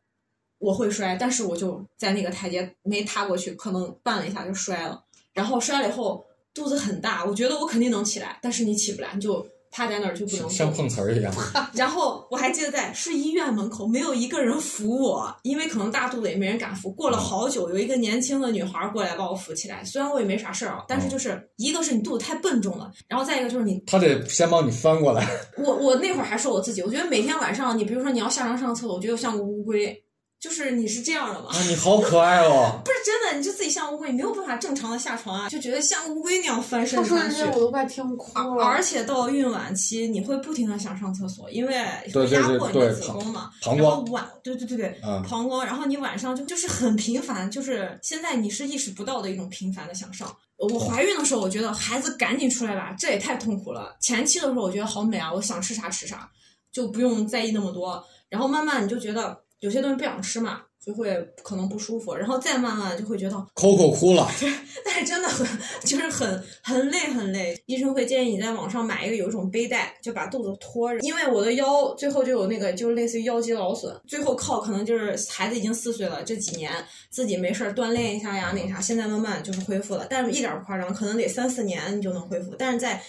我会摔，但是我就在那个台阶没踏过去，可能绊了一下就摔了，然后摔了以后肚子很大，我觉得我肯定能起来，但是你起不来，你就趴在那儿就不能像动啊碰瓷儿一 (laughs) 样，然后我还记得在是医院门口，没有一个人扶我，因为可能大肚子也没人敢扶。嗯过了好久，有一个年轻的女孩过来把我扶起来，虽然我也没啥事儿啊，嗯但是就是一个是你肚子太笨重了，然后再一个就是你他得先帮你翻过 (laughs) 来。我我那会儿还说我自己，我觉得每天晚上你比如说你要下床上个厕所，我觉得我像个乌龟，就是你是这样的吗？啊，嗯你好可爱哦！不是真的，你就自己像乌龟，你没有办法正常的下床啊，就觉得像个乌龟那样翻身他说上这去些。我都快听哭而了啊而。且到孕晚期，你会不停的想上厕所，因为对对对压迫你的对子宫嘛。膀然后胱，晚，对对对对，嗯，膀胱，然后你晚上就就是很频繁，就是现在你是意识不到的一种频繁的想上。我怀孕的时候，我觉得孩子赶紧出来吧，这也太痛苦了。前期的时候，我觉得好美啊，我想吃啥吃啥，就不用在意那么多。然后慢慢你就觉得有些东西不想吃嘛，就会可能不舒服，然后再慢慢就会觉得， ，Coco 哭了，但是真的很 (laughs) 就是很很累很累。医生会建议你在网上买一个有一种背带，就把肚子托着，因为我的腰最后就有那个就是类似于腰肌劳损，最后靠可能就是孩子已经四岁了，这几年自己没事儿锻炼一下呀，那啥，现在慢慢就是恢复了，但是一点儿不夸张，可能得三四年你就能恢复，但是在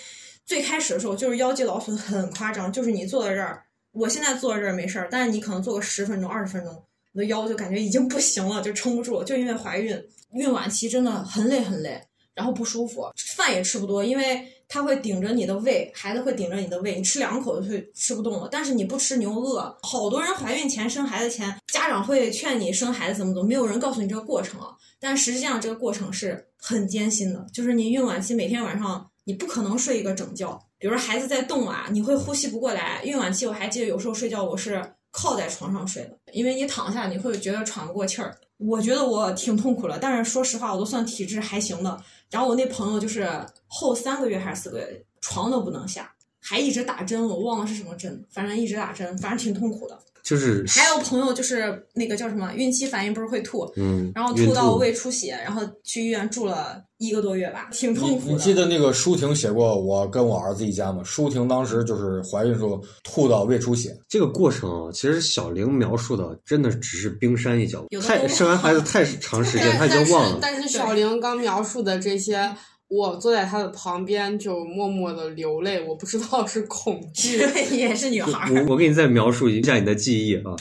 最开始的时候就是腰肌劳损很夸张，就是你坐在这儿，我现在坐在这儿没事儿，但是你可能坐个十分钟二十分钟。我的腰就感觉已经不行了，就撑不住，就因为怀孕，孕晚期真的很累很累，然后不舒服，饭也吃不多，因为它会顶着你的胃，孩子会顶着你的胃，你吃两口就会吃不动了。但是你不吃，你又饿。好多人怀孕前生孩子前，家长会劝你生孩子怎么怎么，没有人告诉你这个过程啊。但实际上这个过程是很艰辛的，就是你孕晚期每天晚上你不可能睡一个整觉，比如说孩子在动啊，你会呼吸不过来。孕晚期我还记得有时候睡觉我是靠在床上睡的，因为你躺下你会觉得喘不过气儿。我觉得我挺痛苦了，但是说实话我都算体质还行的。然后我那朋友就是后三个月还是四个月，床都不能下，还一直打针，我忘了是什么针，反正一直打针，反正挺痛苦的。就是还有朋友就是那个叫什么孕期反应不是会吐，嗯，然后孕吐到胃出血，然后去医院住了一个多月吧，挺你痛苦你记的。得那个舒婷写过我跟我儿子一家吗？舒婷当时就是怀孕时候吐到胃出血，这个过程啊，其实小玲描述的真的只是冰山一角有，的太都生完孩子太长时间，她但已经忘了。但是但是小玲刚描述的这些，我坐在她的旁边就默默的流泪，我不知道是恐惧。对，也是女 (laughs) 孩儿，我我给你再描述一下你的记忆啊。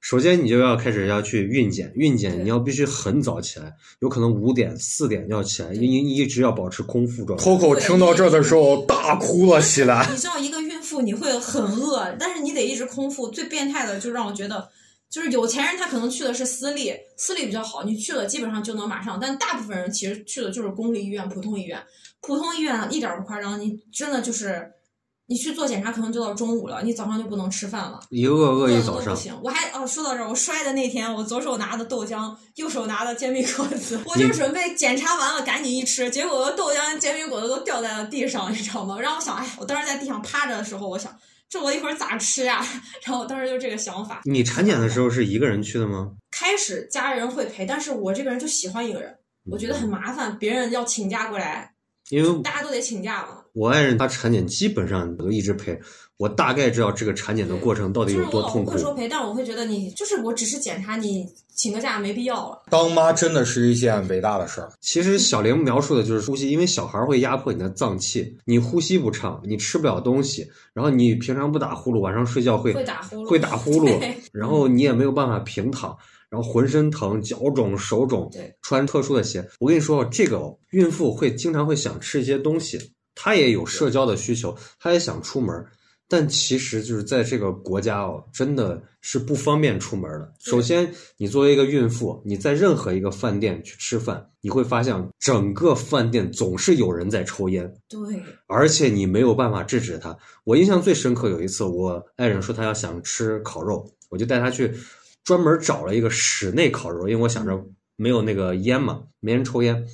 首先，你就要开始要去孕检，孕检对你要必须很早起来，有可能五点、四点就要起来，因因一直要保持空腹状态。 Coco 听到这儿的时候大哭了起来。你知道一个孕妇你会很饿，但是你得一直空腹。最变态的就让我觉得，就是有钱人他可能去的是私立，私立比较好，你去了基本上就能马上。但大部分人其实去的就是公立医院、普通医院，普通医院一点儿不夸张，你真的就是你去做检查可能就到中午了，你早上就不能吃饭了，一个饿一饿早得都不上，行。我还哦，说到这儿，我摔的那天，我左手拿的豆浆，右手拿的煎饼果子，我就你准备检查完了赶紧一吃，结果豆浆、煎饼果子都掉在了地上，你知道吗？然后我想，哎，我当时在地上趴着的时候，我想这我一会儿咋吃呀、 (laughs) 然后我当时就这个想法。你产检的时候是一个人去的吗？开始家人会陪，但是我这个人就喜欢一个人，我觉得很麻烦，别人要请假过来，因为大家都得请假嘛。我爱人他产检基本上都一直陪，我大概知道这个产检的过程到底就是有我多老痛公苦会。说陪，但是我会觉得你就是我只是检查你，请个假没必要了。当妈真的是一件伟大的事儿。其实小玲描述的就是呼吸，因为小孩会压迫你的脏器，你呼吸不畅，你吃不了东西，然后你平常不打呼噜，晚上睡觉会会打呼噜，会打呼噜对，然后你也没有办法平躺，然后浑身疼，脚肿、手肿对，穿特殊的鞋。我跟你说，这个哦孕妇会经常会想吃一些东西，她也有社交的需求，她也想出门，但其实就是在这个国家哦，真的是不方便出门的。对首先，你作为一个孕妇，你在任何一个饭店去吃饭，你会发现整个饭店总是有人在抽烟，对，而且你没有办法制止他。我印象最深刻有一次，我爱人说他要想吃烤肉，我就带他去专门找了一个室内烤肉，因为我想着没有那个烟嘛，没人抽烟。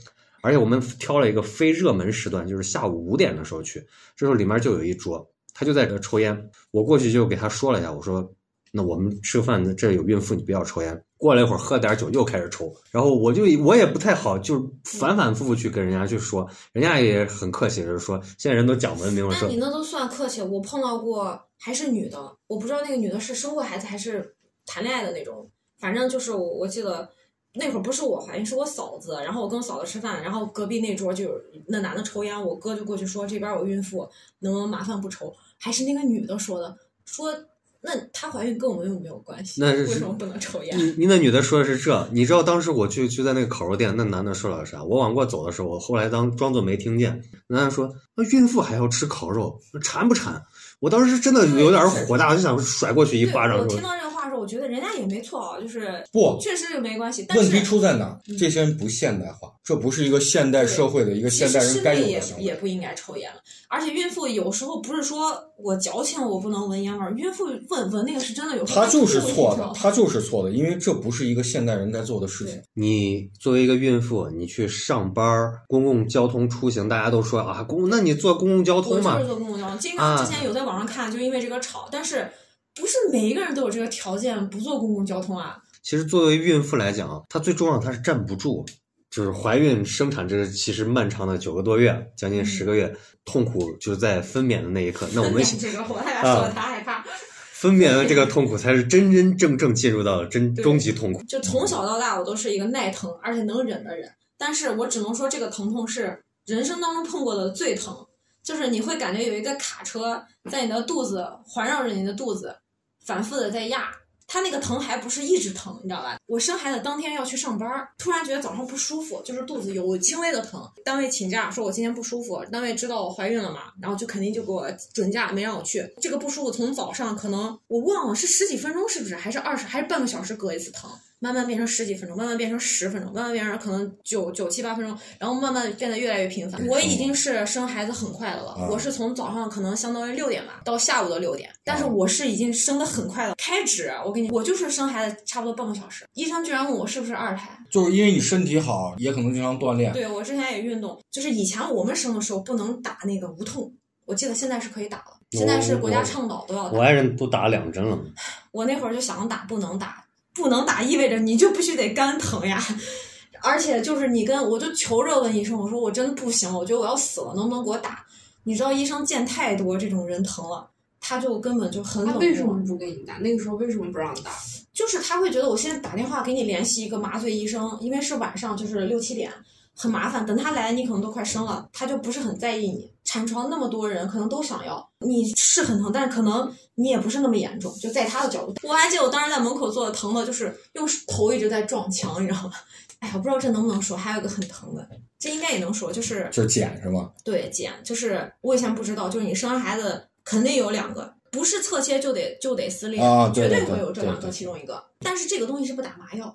而且我们挑了一个非热门时段，就是下午五点的时候去，这时候里面就有一桌，他就在这抽烟。我过去就给他说了一下，我说那我们吃饭这有孕妇，你不要抽烟。过了一会儿喝点酒又开始抽，然后我就我也不太好，就是反反复复去跟人家去说，人家也很客气，就是说现在人都讲文明了，那说你那都算客气。我碰到过还是女的，我不知道那个女的是生过孩子还是谈恋爱的那种，反正就是我我记得。那会儿不是我怀孕，是我嫂子。然后我跟我嫂子吃饭，然后隔壁那桌就有那男的抽烟，我哥就过去说这边有孕妇，能不能麻烦不抽？还是那个女的说的，说那她怀孕跟我们又没有关系，那是为什么不能抽烟？你你那女的说的是这，你知道当时我去去在那个烤肉店，那男的说了啥？我往过走的时候，我后来当装作没听见。男的说：“那孕妇还要吃烤肉，馋不馋？”我当时真的有点火大，我就想甩过去一对，巴掌我说听。到这话的时候，我觉得人家也没错啊，就是不确实也没关系。但问是嗯题出在哪？这些人不现代化，这不是一个现代社会的一个其现实代室人该内有也的行也为。不应该抽烟了，而且孕妇有时候不是说我矫情我不能闻烟味儿，孕妇闻闻那个是真的有时候他就是会错晕的车，他就是错的，因为这不是一个现代人该做的事情对。你作为一个孕妇，你去上班儿，公共交通出行，大家都说啊，公那你坐公共交我通就是嘛，坐公共交通，经啊常之前有在网上看，就因为这个吵，但是不是每一个人都有这个条件不坐公共交通啊？其实作为孕妇来讲啊，她最重要的她是站不住，就是怀孕生产这其实漫长的九个多月，将近十个月，痛苦就是在分娩的那一刻。那我们想这个我害怕说啊他害怕，分娩的这个痛苦才是真真正正进入到了真对终极痛苦。就从小到大我都是一个耐疼而且能忍的人，但是我只能说这个疼痛是人生当中碰过的最疼，就是你会感觉有一个卡车在你的肚子环绕着你的肚子，反复的在压。它那个疼还不是一直疼，你知道吧？我生孩子当天要去上班儿，突然觉得早上不舒服，就是肚子有轻微的疼。单位请假说我今天不舒服，单位知道我怀孕了嘛，然后就肯定就给我准假，没让我去。这个不舒服从早上可能我忘了是十几分钟是不是，还是二十还是半个小时隔一次疼，慢慢变成十几分钟，慢慢变成十分钟，慢慢变成可能九九七八分钟，然后慢慢变得越来越频繁。我已经是生孩子很快的了啊，我是从早上可能相当于六点吧到下午的六点，但是我是已经生的很快了。开指我跟你，我就是生孩子差不多半个小时，医生居然问我是不是二胎。就是因为你身体好，也可能经常锻炼，对我之前也运动，就是以前我们生的时候不能打那个无痛，我记得现在是可以打了，现在是国家倡导都要打。我爱人都打了两针了，我那会儿就想打，不能打，不能打意味着你就必须得干疼呀。而且就是你跟我就求着问医生，我说我真的不行，我觉得我要死了，能不能给我打？你知道医生见太多这种人疼了，他就根本就很冷 (laughs) 他漠。为什么不给你打？那个时候为什么不让打？就是他会觉得我现在打电话给你联系一个麻醉医生，因为是晚上，就是六七点，很麻烦。等他来，你可能都快生了，他就不是很在意你。产床那么多人，可能都想要，你是很疼，但是可能你也不是那么严重。就在他的角度，我还记得我当时在门口坐的疼的，就是用头一直在撞墙，你知道吗？ (laughs) 哎呀，我不知道这能不能说，还有一个很疼的，这应该也能说，就是就是减是吗？对，减就是我以前不知道，就是你生完孩子肯定有两个，不是侧切就得就得撕裂，啊对绝对会对有这对两个对其中一个。但是这个东西是不打麻药，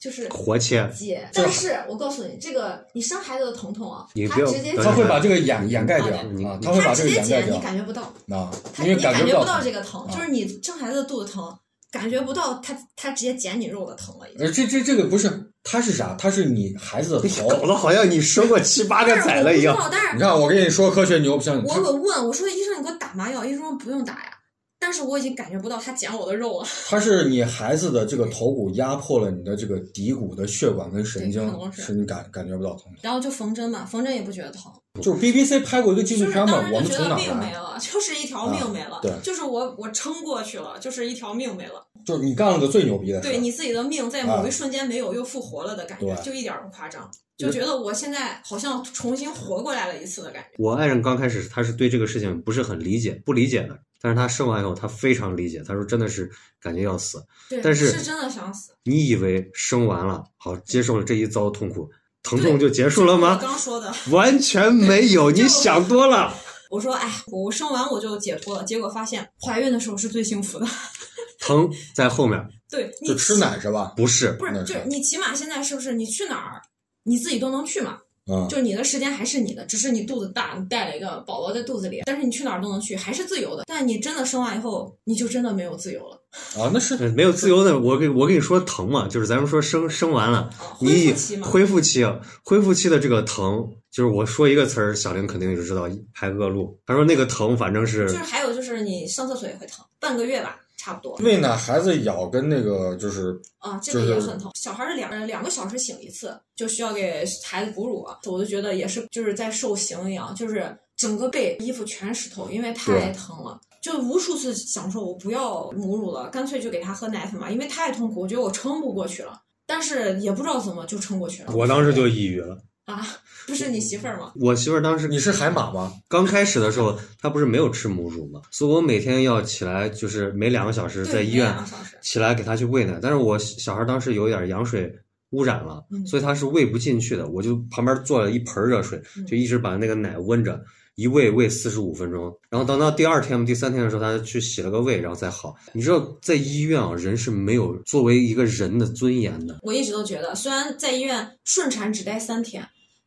就是活切，啊姐。但是我告诉你，这个你生孩子的疼痛啊你，他不要直接等他会把这个掩你掩盖掉你啊，你他会把他这直个掩接盖剪掉你感觉不到，啊，他因为你感觉不疼啊到这个疼，就是你生孩子的肚子疼，感觉不到他他直接剪你肉的疼了已经。呃，这这这个不是，它是啥？它是你孩子的头。搞得好像你生过七八个但是崽 (laughs) 我了不一知样。道，但是你看，我跟你说科学，你又不相信。我它我问我说医生，你给我打麻药？医生说不用打呀。但是我已经感觉不到他剪我的肉了，它是你孩子的这个头骨压迫了你的这个骶骨的血管跟神对可能经，是使你感感觉不到疼然后就缝针嘛，缝针也不觉得疼，痛。就是 BBC 拍过一个纪就录是片嘛当，我时们就觉从哪得命没来？啊了，就是一条命没了，对就是我我撑过去了，就是一条命没了，就是你干了个最牛逼的事对儿。你自己的命在某一瞬间没有又复活了的感觉，对就一点儿不夸张，就觉得我现在好像重新活过来了一次的感觉，我爱人刚开始他是对这个事情不是很理解，不理解的。但是他生完以后，他非常理解，他说真的是感觉要死。对，但是是真的想死，你以为生完了，好接受了这一遭痛苦，疼痛就对结束了我吗？刚说的，完全没有，你想多了。我说哎，我生完我就解脱了，结果发现怀孕的时候是最幸福的， (laughs) 疼在后面，对你就吃奶是吧？不是不是，那就是是你起码现在是不是你去哪儿，你自己都能去嘛？嗯，就是你的时间还是你的，只是你肚子大，你带了一个宝宝在肚子里，但是你去哪儿都能去，还是自由的。但你真的生完以后，你就真的没有自由了，啊，那是呃没有自由的。我跟我跟你说疼嘛，就是咱们说生生完了，啊恢你复期嘛。恢复期啊，恢复期的这个疼，就是我说一个词儿，小玲肯定就知道，排恶露。他说那个疼，反正是就是还有就是你上厕所也会疼，半个月吧，差不多。喂奶孩子咬跟那个就是啊，这就个是也很疼。小孩儿两呃两个小时醒一次，就需要给孩子哺乳，我就觉得也是就是在受刑一样，就是整个背衣服全湿透，因为太对疼了。就无数次想说，我不要母乳了，干脆就给他喝奶粉吧，因为太痛苦，我觉得我撑不过去了。但是也不知道怎么就撑过去了。我当时就抑郁了。啊，不是你媳妇儿吗？我媳妇儿当时你是海马吗？刚开始的时候，她不是没有吃母乳嘛，所以我每天要起来，就是每两个小时对，在医没院两个小时。起来给她去喂奶。但是我小孩当时有点羊水污染了嗯，所以她是喂不进去的。我就旁边做了一盆热水嗯，就一直把那个奶温着。一喂喂四十五分钟，然后等到第二天、第三天的时候，她去洗了个胃，然后再好。你知道，在医院啊，人是没有作为一个人的尊严的。我一直都觉得，虽然在医院顺产只待三天，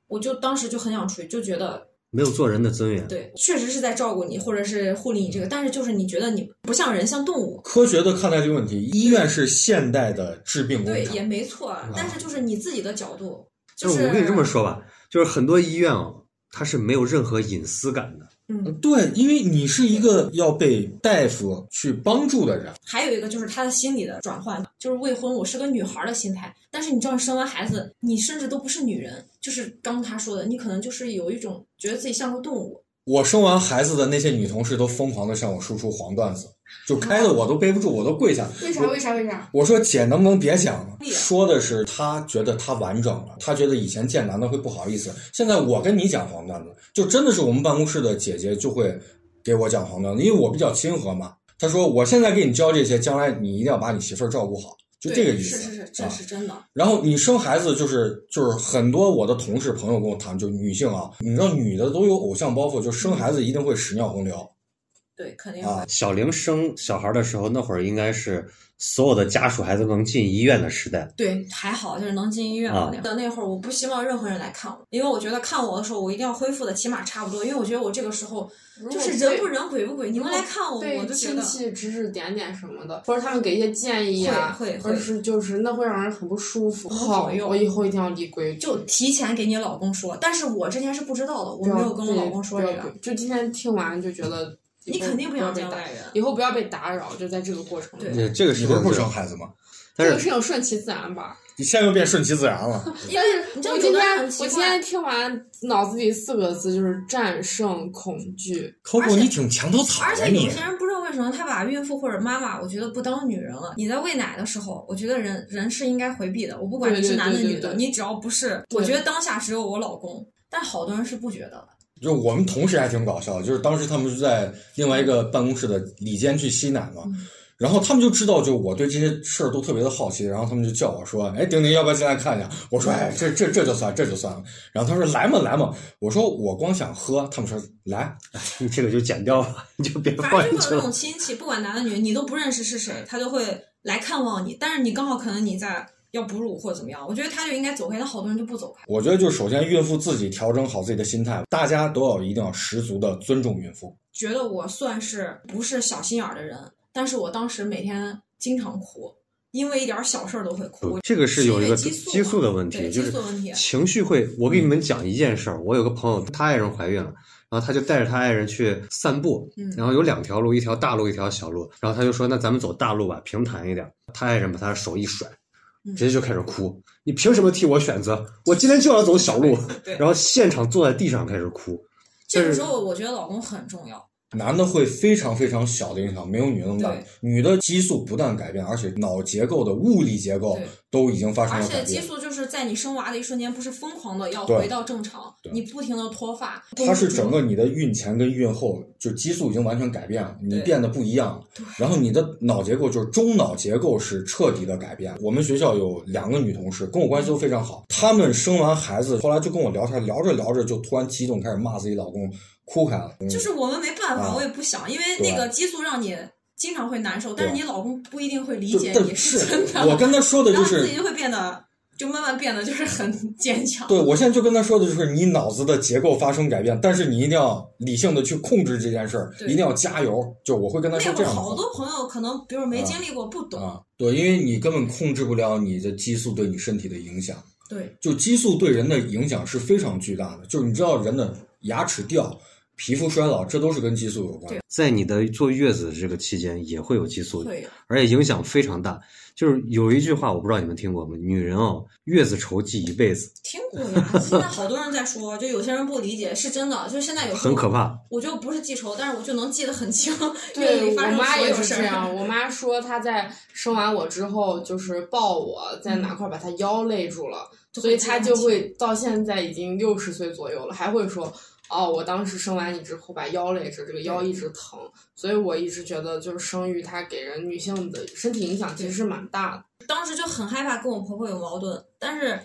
我就当时就很想出去，就觉得没有做人的尊严，对，确实是在照顾你，或者是护理你这个，但是就是你觉得你不像人，像动物，科学的看待这个问题，医院是现代的治病工对，厂也。没错。啊但是就是你自己的角度，就就是是我跟你这么，说吧，就是很多医院啊，它是没有任何隐私感的。嗯。对，因为你是一个要被大夫去帮助的人，还有一个就是他的心理的转换，就是未婚我是个女孩儿的心态，但是你知道生完孩子，你甚至都不是女人，就是刚他说的，你可能就是有一种觉得自己像个动物，我生完孩子的那些女同事都疯狂的向我输出黄段子，就开哦的我都背不住，我都跪下。为啥？为啥？为啥？我说姐能不能别讲了？哎对呀说的是她觉得她完整了，她觉得以前见男的会不好意思，现在我跟你讲黄段子，就真的是我们办公室的姐姐就会给我讲黄段子，因为我比较亲和嘛。她说我现在给你教这些，将来你一定要把你媳妇儿照顾好，就对，这个意思。是是是，啊这是真的。然后你生孩子就是就是很多我的同事朋友跟我谈，就女性啊，你知道女的都有偶像包袱，就生孩子一定会屎尿横流。对，肯定啊会。小玲生小孩的时候，那会儿应该是所有的家属还都能进医院的时代。对，还好就是能进医院啊了。的那会儿，我不希望任何人来看我，因为我觉得看我的时候，我一定要恢复的起码差不多，因为我觉得我这个时候就是人不人鬼不鬼，你们来看我，被我就觉亲得戚指指点点什么的，或者他们给一些建议啊，会会会或者是就是那会让人很不舒服。不好好，用我以后一定要立规矩。就提前给你老公说。但是我之前是不知道的，我不要没有跟我对老公说不这要个，就今天听完就觉得以你后肯定不要想被见打外，人。以后不要被打扰，就在这个过程中。对呃这个你时不是候不生孩子吗？但这个是事情顺其自然吧。你现在又变顺其自然 (laughs) 了。因为你知道我今有的天人我很奇今怪天，听完脑子里四个字就是战胜恐惧。 Coco，你挺墙头草而呀且有你些。人不知道为什么他把孕妇或者妈妈，我觉得不当女人了。你在喂奶的时候，我觉得人人是应该回避的。我不管对你是对男的对对女的，对你只要不是，我觉得当下只有我老公，但好多人是不觉得的。就我们同事还挺搞笑，就是当时他们就在另外一个办公室的里间去吸奶嘛，嗯然后他们就知道，就我对这些事儿都特别的好奇，然后他们就叫我说：“哎，丁丁，要不要进来看一下？”我说：“哎，这这这就算，这就算了。”然后他说：“来嘛，来嘛。”我说：“我光想喝。”他们说：“来。”你这个就剪掉吧，你就别反放正进就会去有那了。种亲戚，不管男的女的，你都不认识是谁，他就会来看望你。但是你刚好可能你在要哺乳或者怎么样，我觉得他就应该走开，但好多人就不走开。我觉得就首先孕妇自己调整好自己的心态，大家都要一定要十足的尊重孕妇。觉得我算是不是小心眼儿的人，但是我当时每天经常哭，因为一点小事儿都会嗯哭。这个是有一个因为激激素素的嘛问题，对就激是素问题啊嗯情绪会。我给你们讲一件事儿，我有个朋友，他爱人怀孕了。然后他就带着他爱人去散步，嗯然后有两条路，一条大路，一条小路。然后他就说：“那咱们走大路吧，平坦一点。”他爱人把他的手一甩，嗯直接就开始哭。你凭什么替我选择？我今天就要走小路。 (laughs) 对然后现场坐在地上开始哭。这但个是时候我觉得老公很重要，男的会非常非常小的影响，没有女的那么大对。女的激素不但改变，而且脑结构的物理结构对都已经发生而了且改激变。素就是在你生娃的一瞬间，不是疯狂的要对回到正常对，你不停的脱发，它是整个你的孕前跟孕后，就激素已经完全改变了，你对变得不一样。然后你的脑结构就是中脑结构是彻底的改变。我们学校有两个女同事跟我关系都非常嗯好，她们生完孩子后来就跟我聊天，聊着聊着就突然激动开始骂自己老公，哭开了。嗯就是我们没办法，啊我也不想，因为对那个激素让你经常会难受，但是对你老公不一定会理就解但你，是真的。我跟她说的然就后是自己就会变得，就慢慢变得就是很 (laughs) 坚强。对，我现在就跟他说的就是，你脑子的结构发生改变，但是你一定要理性的去控制这件事儿，对一定要加油。就我会跟他那说会这儿样的好话多朋友可能，比如没经历过，不懂。啊，对，因为你根本控制不了你的激素对你身体的影响，对，就激素对人的影响是非常巨大的。就是你知道人的牙齿掉、皮肤衰老，这都是跟激素有关对。在你的坐月子这个期间也会有激素，会有而且影响非常大。就是有一句话，我不知道你们听过没？女人哦，月子愁记一辈子，听过呀。现在好多人在说， (laughs) 就有些人不理解，是真的。就是现在有时候很可。怕。我就不是记仇，但是我就能记得很 (laughs) 清，月对里我发生妈所也有是事 (laughs) 这样，儿。我妈说她在生完我之后，就是抱我在哪块儿把她腰勒住了，嗯就所会以记她得就很会到现在已经六十岁左右了，还会说。哦，我当时生完你之后把腰勒着，这个腰一直疼，所以我一直觉得就是生育它给人女性的身体影响其实是蛮大的。当时就很害怕跟我婆婆有矛盾，但是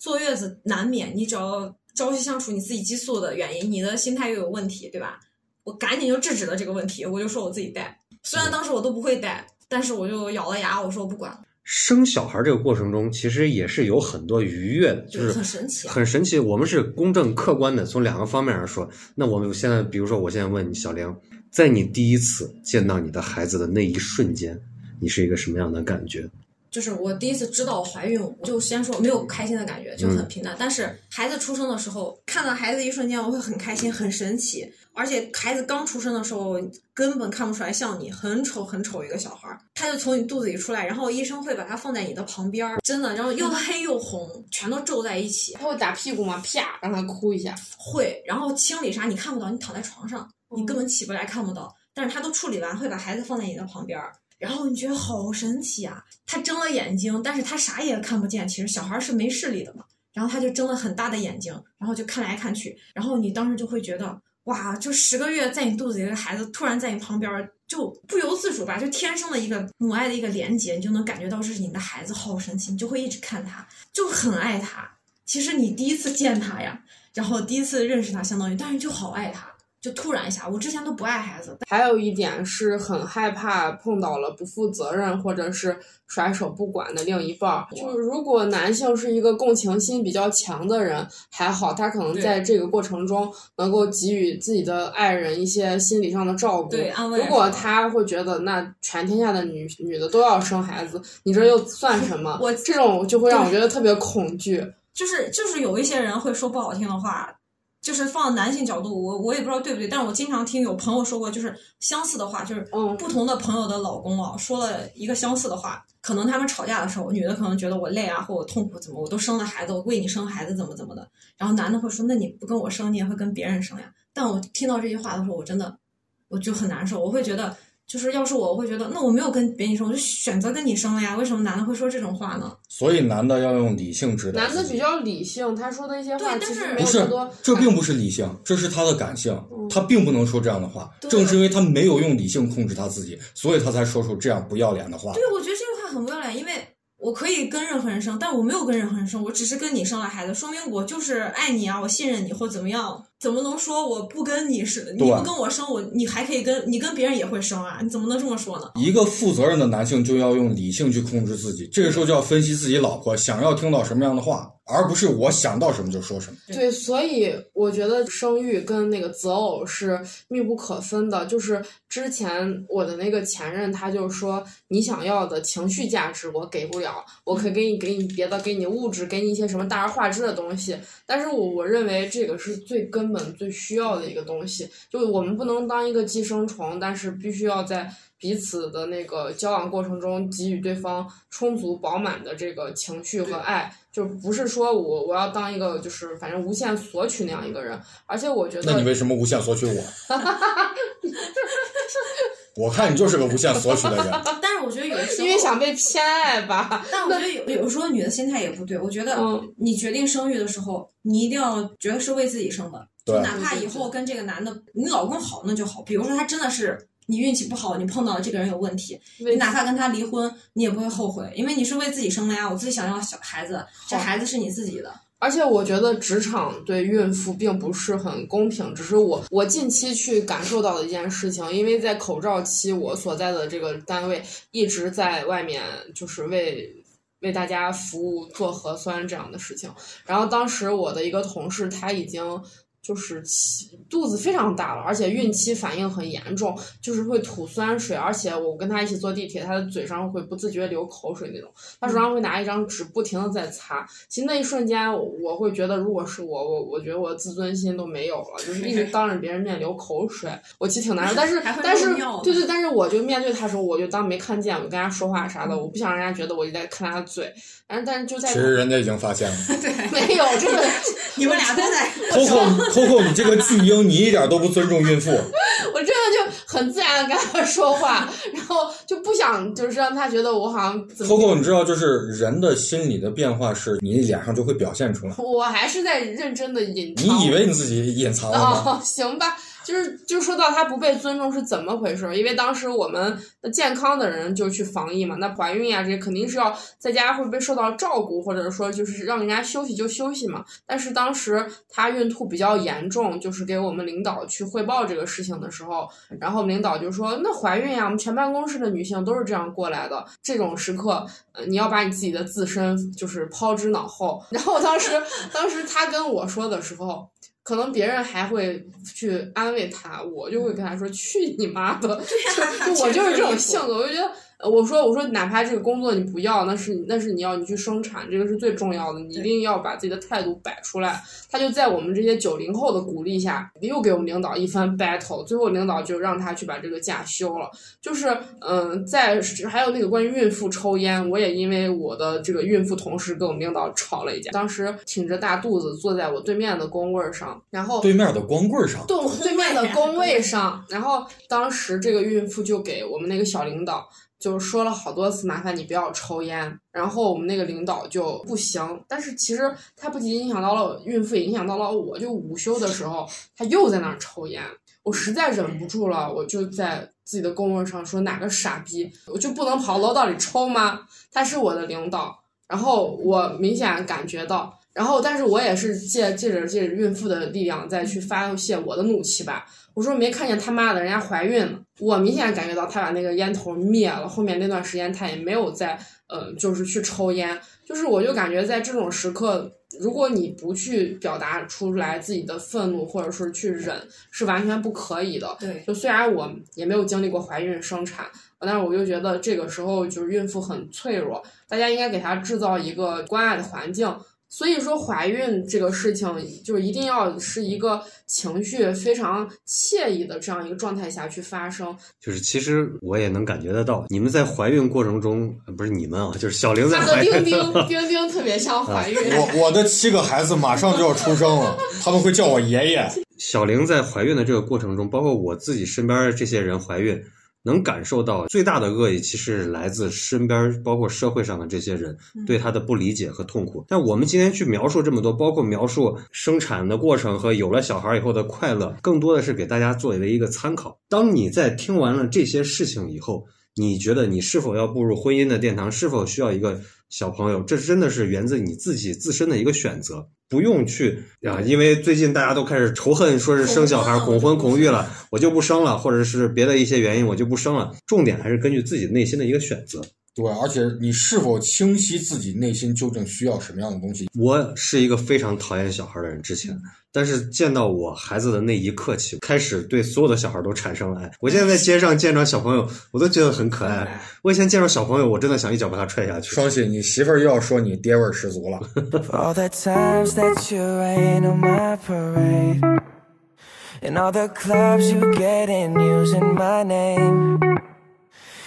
坐月子难免，你只要朝夕相处，你自己激素的原因，你的心态又有问题，对吧？我赶紧就制止了这个问题，我就说我自己带，虽然当时我都不会带，但是我就咬了牙，我说我不管了，生小孩这个过程中，其实也是有很多愉悦的，就就是是很神奇。啊很神奇。我们是公正客观的，从两个方面上说。那我们现在，比如说，我现在问你，小玲，在你第一次见到你的孩子的那一瞬间，你是一个什么样的感觉？就是我第一次知道我怀孕，我就先说没有开心的感觉，就很平淡。但是孩子出生的时候，看到孩子一瞬间，我会很开心，很神奇。而且孩子刚出生的时候，根本看不出来像你，很丑很丑一个小孩儿，他就从你肚子里出来，然后医生会把他放在你的旁边儿，真的，然后又黑又红，全都皱在一起，她会打屁股嘛，啪让她哭一下。会，然后清理啥你看不到，你躺在床上，你根本起不来，看不到。但是他都处理完，会把孩子放在你的旁边儿，然后你觉得好神奇啊！他睁了眼睛，但是他啥也看不见。其实小孩儿是没视力的嘛，然后他就睁了很大的眼睛，然后就看来看去，然后你当时就会觉得，哇，就十个月在你肚子里的孩子突然在你旁边儿，就不由自主吧，就天生的一个母爱的一个连接，你就能感觉到这是你的孩子，好神奇，你就会一直看他，就很爱他。其实你第一次见他呀，然后第一次认识他，相当于，但是就好爱他，就突然一下，我之前都不爱孩子，还有一点是很害怕碰到了不负责任或者是甩手不管的另一半儿。就是如果男性是一个共情心比较强的人，还好，他可能对在这个过程中能够给予自己的爱人一些心理上的照顾。对安慰如果他会觉得那全天下的女女的都要生孩子，你这又算什么？ (laughs) 我这种就会让我觉得特别恐惧。就是就是有一些人会说不好听的话，就是放男性角度，我我也不知道对不对，但是我经常听有朋友说过，就是相似的话，就是嗯不同的朋友的老公啊，说了一个相似的话，可能他们吵架的时候，女的可能觉得我累啊，或我痛苦怎么，我都生了孩子，我为你生孩子怎么怎么的，然后男的会说，那你不跟我生，你也会跟别人生呀。但我听到这句话的时候，我真的我就很难受，我会觉得。就是要是我，我会觉得那我没有跟别人生，我就选择跟你生了呀。为什么男的会说这种话呢？所以男的要用理性指导自男己。的比较理性，他说的一些话对但其实是没不有那是么多，这并不是理性，这是他的感性，嗯啊他并不能说这样的话。对正是因为他没有用理性控制他自己，所以他才说出这样不要脸的话。啊对，我觉得这句话很不要脸，因为我可以跟任何人生，但我没有跟任何人生，我只是跟你生了孩子，说明我就是爱你啊，我信任你或怎么样，怎么能说我不跟你是你对不跟我生我你还可以跟你跟别人也会生啊？你怎么能这么说呢？一个负责任的男性就要用理性去控制自己，这个时候就要分析自己老婆想要听到什么样的话，而不是我想到什么就说什么。对，所以我觉得生育跟那个择偶是密不可分的。就是之前我的那个前任，他就说你想要的情绪价值我给不了，我可以给你给你别的，给你物质，给你一些什么大而化之的东西。但是我我认为这个是最根本、最需要的一个东西。就我们不能当一个寄生虫，但是必须要在彼此的那个交往过程中给予对方充足饱满的这个情绪和爱，就不是说我我要当一个就是反正无限索取那样一个人，而且我觉那你得为什么无限索取我？我看你就是个无限索取的人。 (laughs) 啊但是我觉得有的时候因为想被偏爱吧，但我觉得有有时候女的心态也不对，我觉得嗯你决定生育的时候，你一定要觉得是为自己生的，对就哪怕以后跟这个男的，你老公好那就好，比如说他真的是。你运气不好，你碰到这个人有问题，你为哪怕跟他离婚，你也不会后悔，因为你是为自己生的呀。我自己想要小孩子，这孩子是你自己的。而且我觉得职场对孕妇并不是很公平，只是我我近期去感受到的一件事情，因为在口罩期，我所在的这个单位一直在外面就是为为大家服务做核酸这样的事情。然后当时我的一个同事她已经就是起肚子非常大了，而且孕期反应很严重，就是会吐酸水，而且我跟她一起坐地铁，她的嘴上会不自觉流口水那种，她手上会拿一张纸不停的在擦。其实那一瞬间我，我会觉得，如果是我，我我觉得我自尊心都没有了，就是一 (laughs) 直当着别人面流口水，我其实挺难受。但是还会但是漏尿呢对对，但是我就面对她的时候，我就当没看见，我就跟她说话啥嗯的，我不想让人家觉得我一直在看她的嘴。但是但是就在其实人家已经发现了没有这个。 (laughs) 你们俩都在， ，Coco Coco，你这个巨婴，你一点都不尊重孕妇。我真的就很自然的跟他说话，然后就不想就是让他觉得我好像怎么。 Coco，你知道，就是人的心理的变化是你脸上就会表现出来。我还是在认真的隐藏。你以为你自己隐藏了吗？哦，行吧，就是就说到他不被尊重是怎么回事儿？因为当时我们的健康的人就去防疫嘛，那怀孕呀、啊这些肯定是要在家会被受到照顾，或者说就是让人家休息就休息嘛。但是当时她孕吐比较严重，就是给我们领导去汇报这个事情的时候，然后领导就说：“那怀孕呀，我们全办公室的女性都是这样过来的。这种时刻，呃，你要把你自己的自身就是抛之脑后。” (laughs) 然后当时，当时他跟我说的时候，可能别人还会去安慰他，我就会跟他说：“去你妈的！”就就我就是这种性格，我就觉得。呃我说，我说，哪怕这个工作你不要，那是那是你要你去生产，这个是最重要的，你一定要把自己的态度摆出来。他就在我们这些九零后的鼓励下，又给我们领导一番 battle，最后领导就让他去把这个假休了。就是嗯、在还有那个关于孕妇抽烟，我也因为我的这个孕妇同事跟我们领导吵了一架。当时挺着大肚子坐在我对面的工位上，然后对面的光棍上，对对面的工位上，然后当时这个孕妇就给我们那个小领导就说了好多次，麻烦你不要抽烟。然后我们那个领导就不行，但是其实他不仅影响到了孕妇，也影响到了我。就午休的时候，他又在那儿抽烟，我实在忍不住了，我就在自己的工位上说哪个傻逼，我就不能跑楼道里抽吗？他是我的领导，然后我明显感觉到，然后但是我也是借借着这孕妇的力量再去发泄我的怒气吧。我说没看见他妈的，人家怀孕了。我明显感觉到他把那个烟头灭了，后面那段时间他也没有再呃，就是去抽烟。就是我就感觉在这种时刻，如果你不去表达出来自己的愤怒，或者说去忍，是完全不可以的。 (laughs) 对，就虽然我也没有经历过怀孕生产，呃但是我就觉得这个时候就是孕妇很脆弱，大家应该给她制造一个关爱的环境。所以说，怀孕这个事情就是一定要是一个情绪非常惬意的这样一个状态下去发生。就是其实我也能感觉得到，你们在怀孕过程中，呃不是你们啊，就是小玲在他和怀孕啊丁 (laughs) 丁丁丁特别像怀孕，我我的七个孩子马上就要出生了，他们会叫我爷爷。小玲在怀孕的这个过程中，包括我自己身边的这些人怀孕，能感受到最大的恶意其实来自身边，包括社会上的这些人嗯对她的不理解和痛苦。但我们今天去描述这么多，包括描述生产的过程和有了小孩以后的快乐，更多的是给大家作为一个参考。当你在听完了这些事情以后，你觉得你是否要步入婚姻的殿堂？是否需要一个小朋友？这真的是源自你自己自身的一个选择。不用去啊，因为最近大家都开始仇恨，说是生小 (laughs) 孩哦恐婚恐育了，我就不生了，或者是别的一些原因我就不生了。重点还是根据自己内心的一个选择。对，而且你是否清晰自己内心究竟需要什么样的东西？我是一个非常讨厌小孩的人，之前，但是见到我孩子的那一刻起，开始对所有的小孩都产生了爱。我现在在街上见着小朋友，我都觉得很可爱。我以前见着小朋友，我真的想一脚把他踹下去。双喜，你媳妇儿又要说你爹味儿十足了。 For all the times that you rain on my parade, and all the clubs you get in using my name.